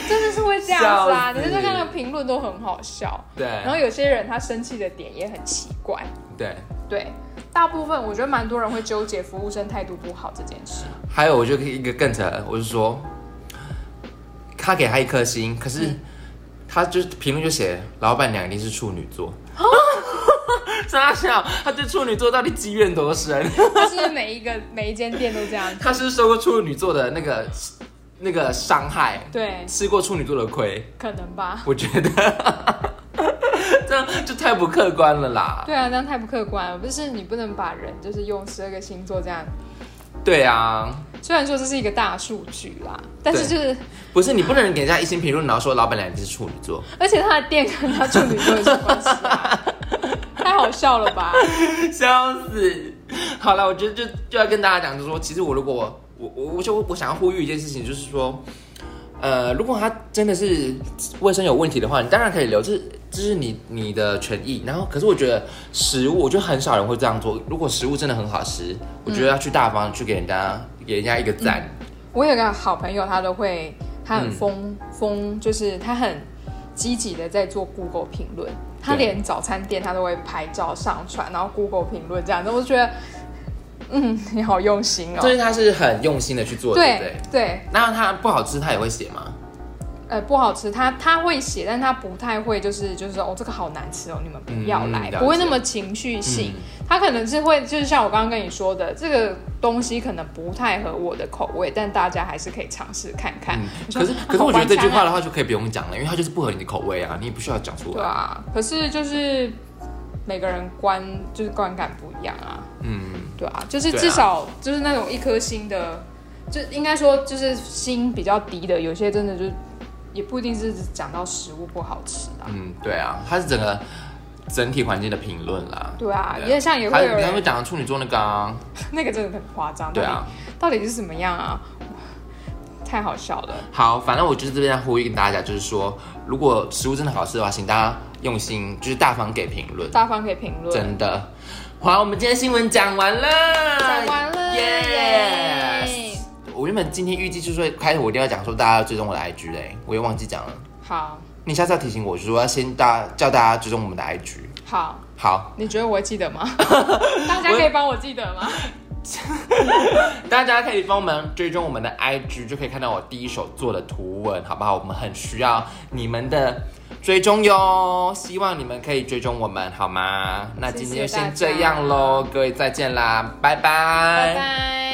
Speaker 2: 真的是会这样子
Speaker 1: 笑
Speaker 2: 啊！
Speaker 1: 死
Speaker 2: 你就看那个评论都很好笑，
Speaker 1: 对
Speaker 2: 然后有些人他生气的点也很奇怪，
Speaker 1: 对。
Speaker 2: 对。大部分我觉得蛮多人会纠结服务生态度不好这件 [laughs] 事，
Speaker 1: 还有，我就一个更扯，我就说，他给他一颗星，可
Speaker 2: 嗯
Speaker 1: 是他就是评论就写老板娘一定是处女座。
Speaker 2: 哦
Speaker 1: [laughs] 傻笑，他对处女座到底积怨多
Speaker 2: [laughs]
Speaker 1: 深？
Speaker 2: 但是每一个每一间店都这样，
Speaker 1: 他是受过处女座的那个那个伤害，
Speaker 2: 对，
Speaker 1: 吃过处女座的亏，
Speaker 2: 可能吧。
Speaker 1: 我觉得 [laughs] 这样就太不客观了啦。
Speaker 2: 对啊，这样太不客观了。不是你不能把人就是用十二个星座这样，
Speaker 1: 对啊，
Speaker 2: 虽然说这是一个大数据啦，但是
Speaker 1: 对
Speaker 2: 就是，
Speaker 1: 不是你不能给人家一星评论，然后说老板娘一定是处女座。
Speaker 2: 而且他的店跟他处女座有什么关系啊？ [laughs] 太好笑了吧？
Speaker 1: [laughs] 笑死！好了，我觉得就就要跟大家讲，就是说，其实我如果我我我就我想要呼吁一件事情，就是说，呃，如果他真的是卫生有问题的话，你当然可以留，这是这是你你的权益。然后，可是我觉得食物，我觉得很少人会这样做。如果食物真的很好吃，我觉得要去大方去给人家给人家一个赞。
Speaker 2: 我有个好朋友，他都会，他
Speaker 1: 嗯
Speaker 2: 很疯疯、就是他很积极的在做 Google 评论，他
Speaker 1: 对
Speaker 2: 连早餐店他都会拍照上传，然后 Google 评论这样子，我就觉得，嗯，你好用心哦。
Speaker 1: 就是他是很用心的去做，对不对？
Speaker 2: 对，
Speaker 1: 那他不好吃，他也会写吗？
Speaker 2: 呃，不好吃，他他会写，但他不太会，就是就是说哦，这个好难吃哦，你们不要来，
Speaker 1: 嗯了解嗯
Speaker 2: 不会那么情绪性。他可能是会，就是像我刚刚跟你说的，这个东西可能不太合我的口味，但大家还是可以尝试看
Speaker 1: 嗯
Speaker 2: 看。你说
Speaker 1: 可是
Speaker 2: 啊
Speaker 1: 可是
Speaker 2: 好
Speaker 1: 我觉得
Speaker 2: 官
Speaker 1: 这句
Speaker 2: 腔啊
Speaker 1: 话的话就可以不用讲了，因为它就是不合你的口味啊，你也不需要讲出
Speaker 2: 对
Speaker 1: 来。
Speaker 2: 啊，可是就是每个人观就是观感不一样啊，
Speaker 1: 嗯，
Speaker 2: 对啊，就是
Speaker 1: 对啊
Speaker 2: 至少就是那种一颗星的，就应该说就是星比较低的，有些真的就也不一定是讲到食物不好吃啊，
Speaker 1: 嗯，对啊，它是整个整体环境的评论啦。
Speaker 2: 对啊，
Speaker 1: 对
Speaker 2: 也像也
Speaker 1: 还
Speaker 2: 会
Speaker 1: 有
Speaker 2: 有
Speaker 1: 你刚
Speaker 2: 人嗯
Speaker 1: 刚讲的处女座那个啊，
Speaker 2: 那个真的很夸张，
Speaker 1: 对啊，
Speaker 2: 到底，到底是怎么样啊？太好笑了，
Speaker 1: 好，反正我就是这边呼吁跟大家，就是说，如果食物真的好吃的话，请大家用心，就是大方给评论，
Speaker 2: 大方可以评论，
Speaker 1: 真的。好，我们今天新闻讲完了，
Speaker 2: 讲完了耶
Speaker 1: Yes 我原本今天预计就是会开头我一定要讲说大家要追踪我的 IG 嘞，我又忘记讲了。
Speaker 2: 好
Speaker 1: 你下次要提醒我，就是说要先大叫大家追踪我们的 IG。
Speaker 2: 好，
Speaker 1: 好，
Speaker 2: 你觉得我会记
Speaker 1: [laughs]
Speaker 2: 得吗？大家可以帮我记得吗？
Speaker 1: 大家可以帮我们追踪我们的 IG，就可以看到我第一手做的图文，好不好？我们很需要你们的追踪哟，希望你们可以追踪我们，好吗？那今天就先这样喽，各位再见啦，拜拜
Speaker 2: 拜拜。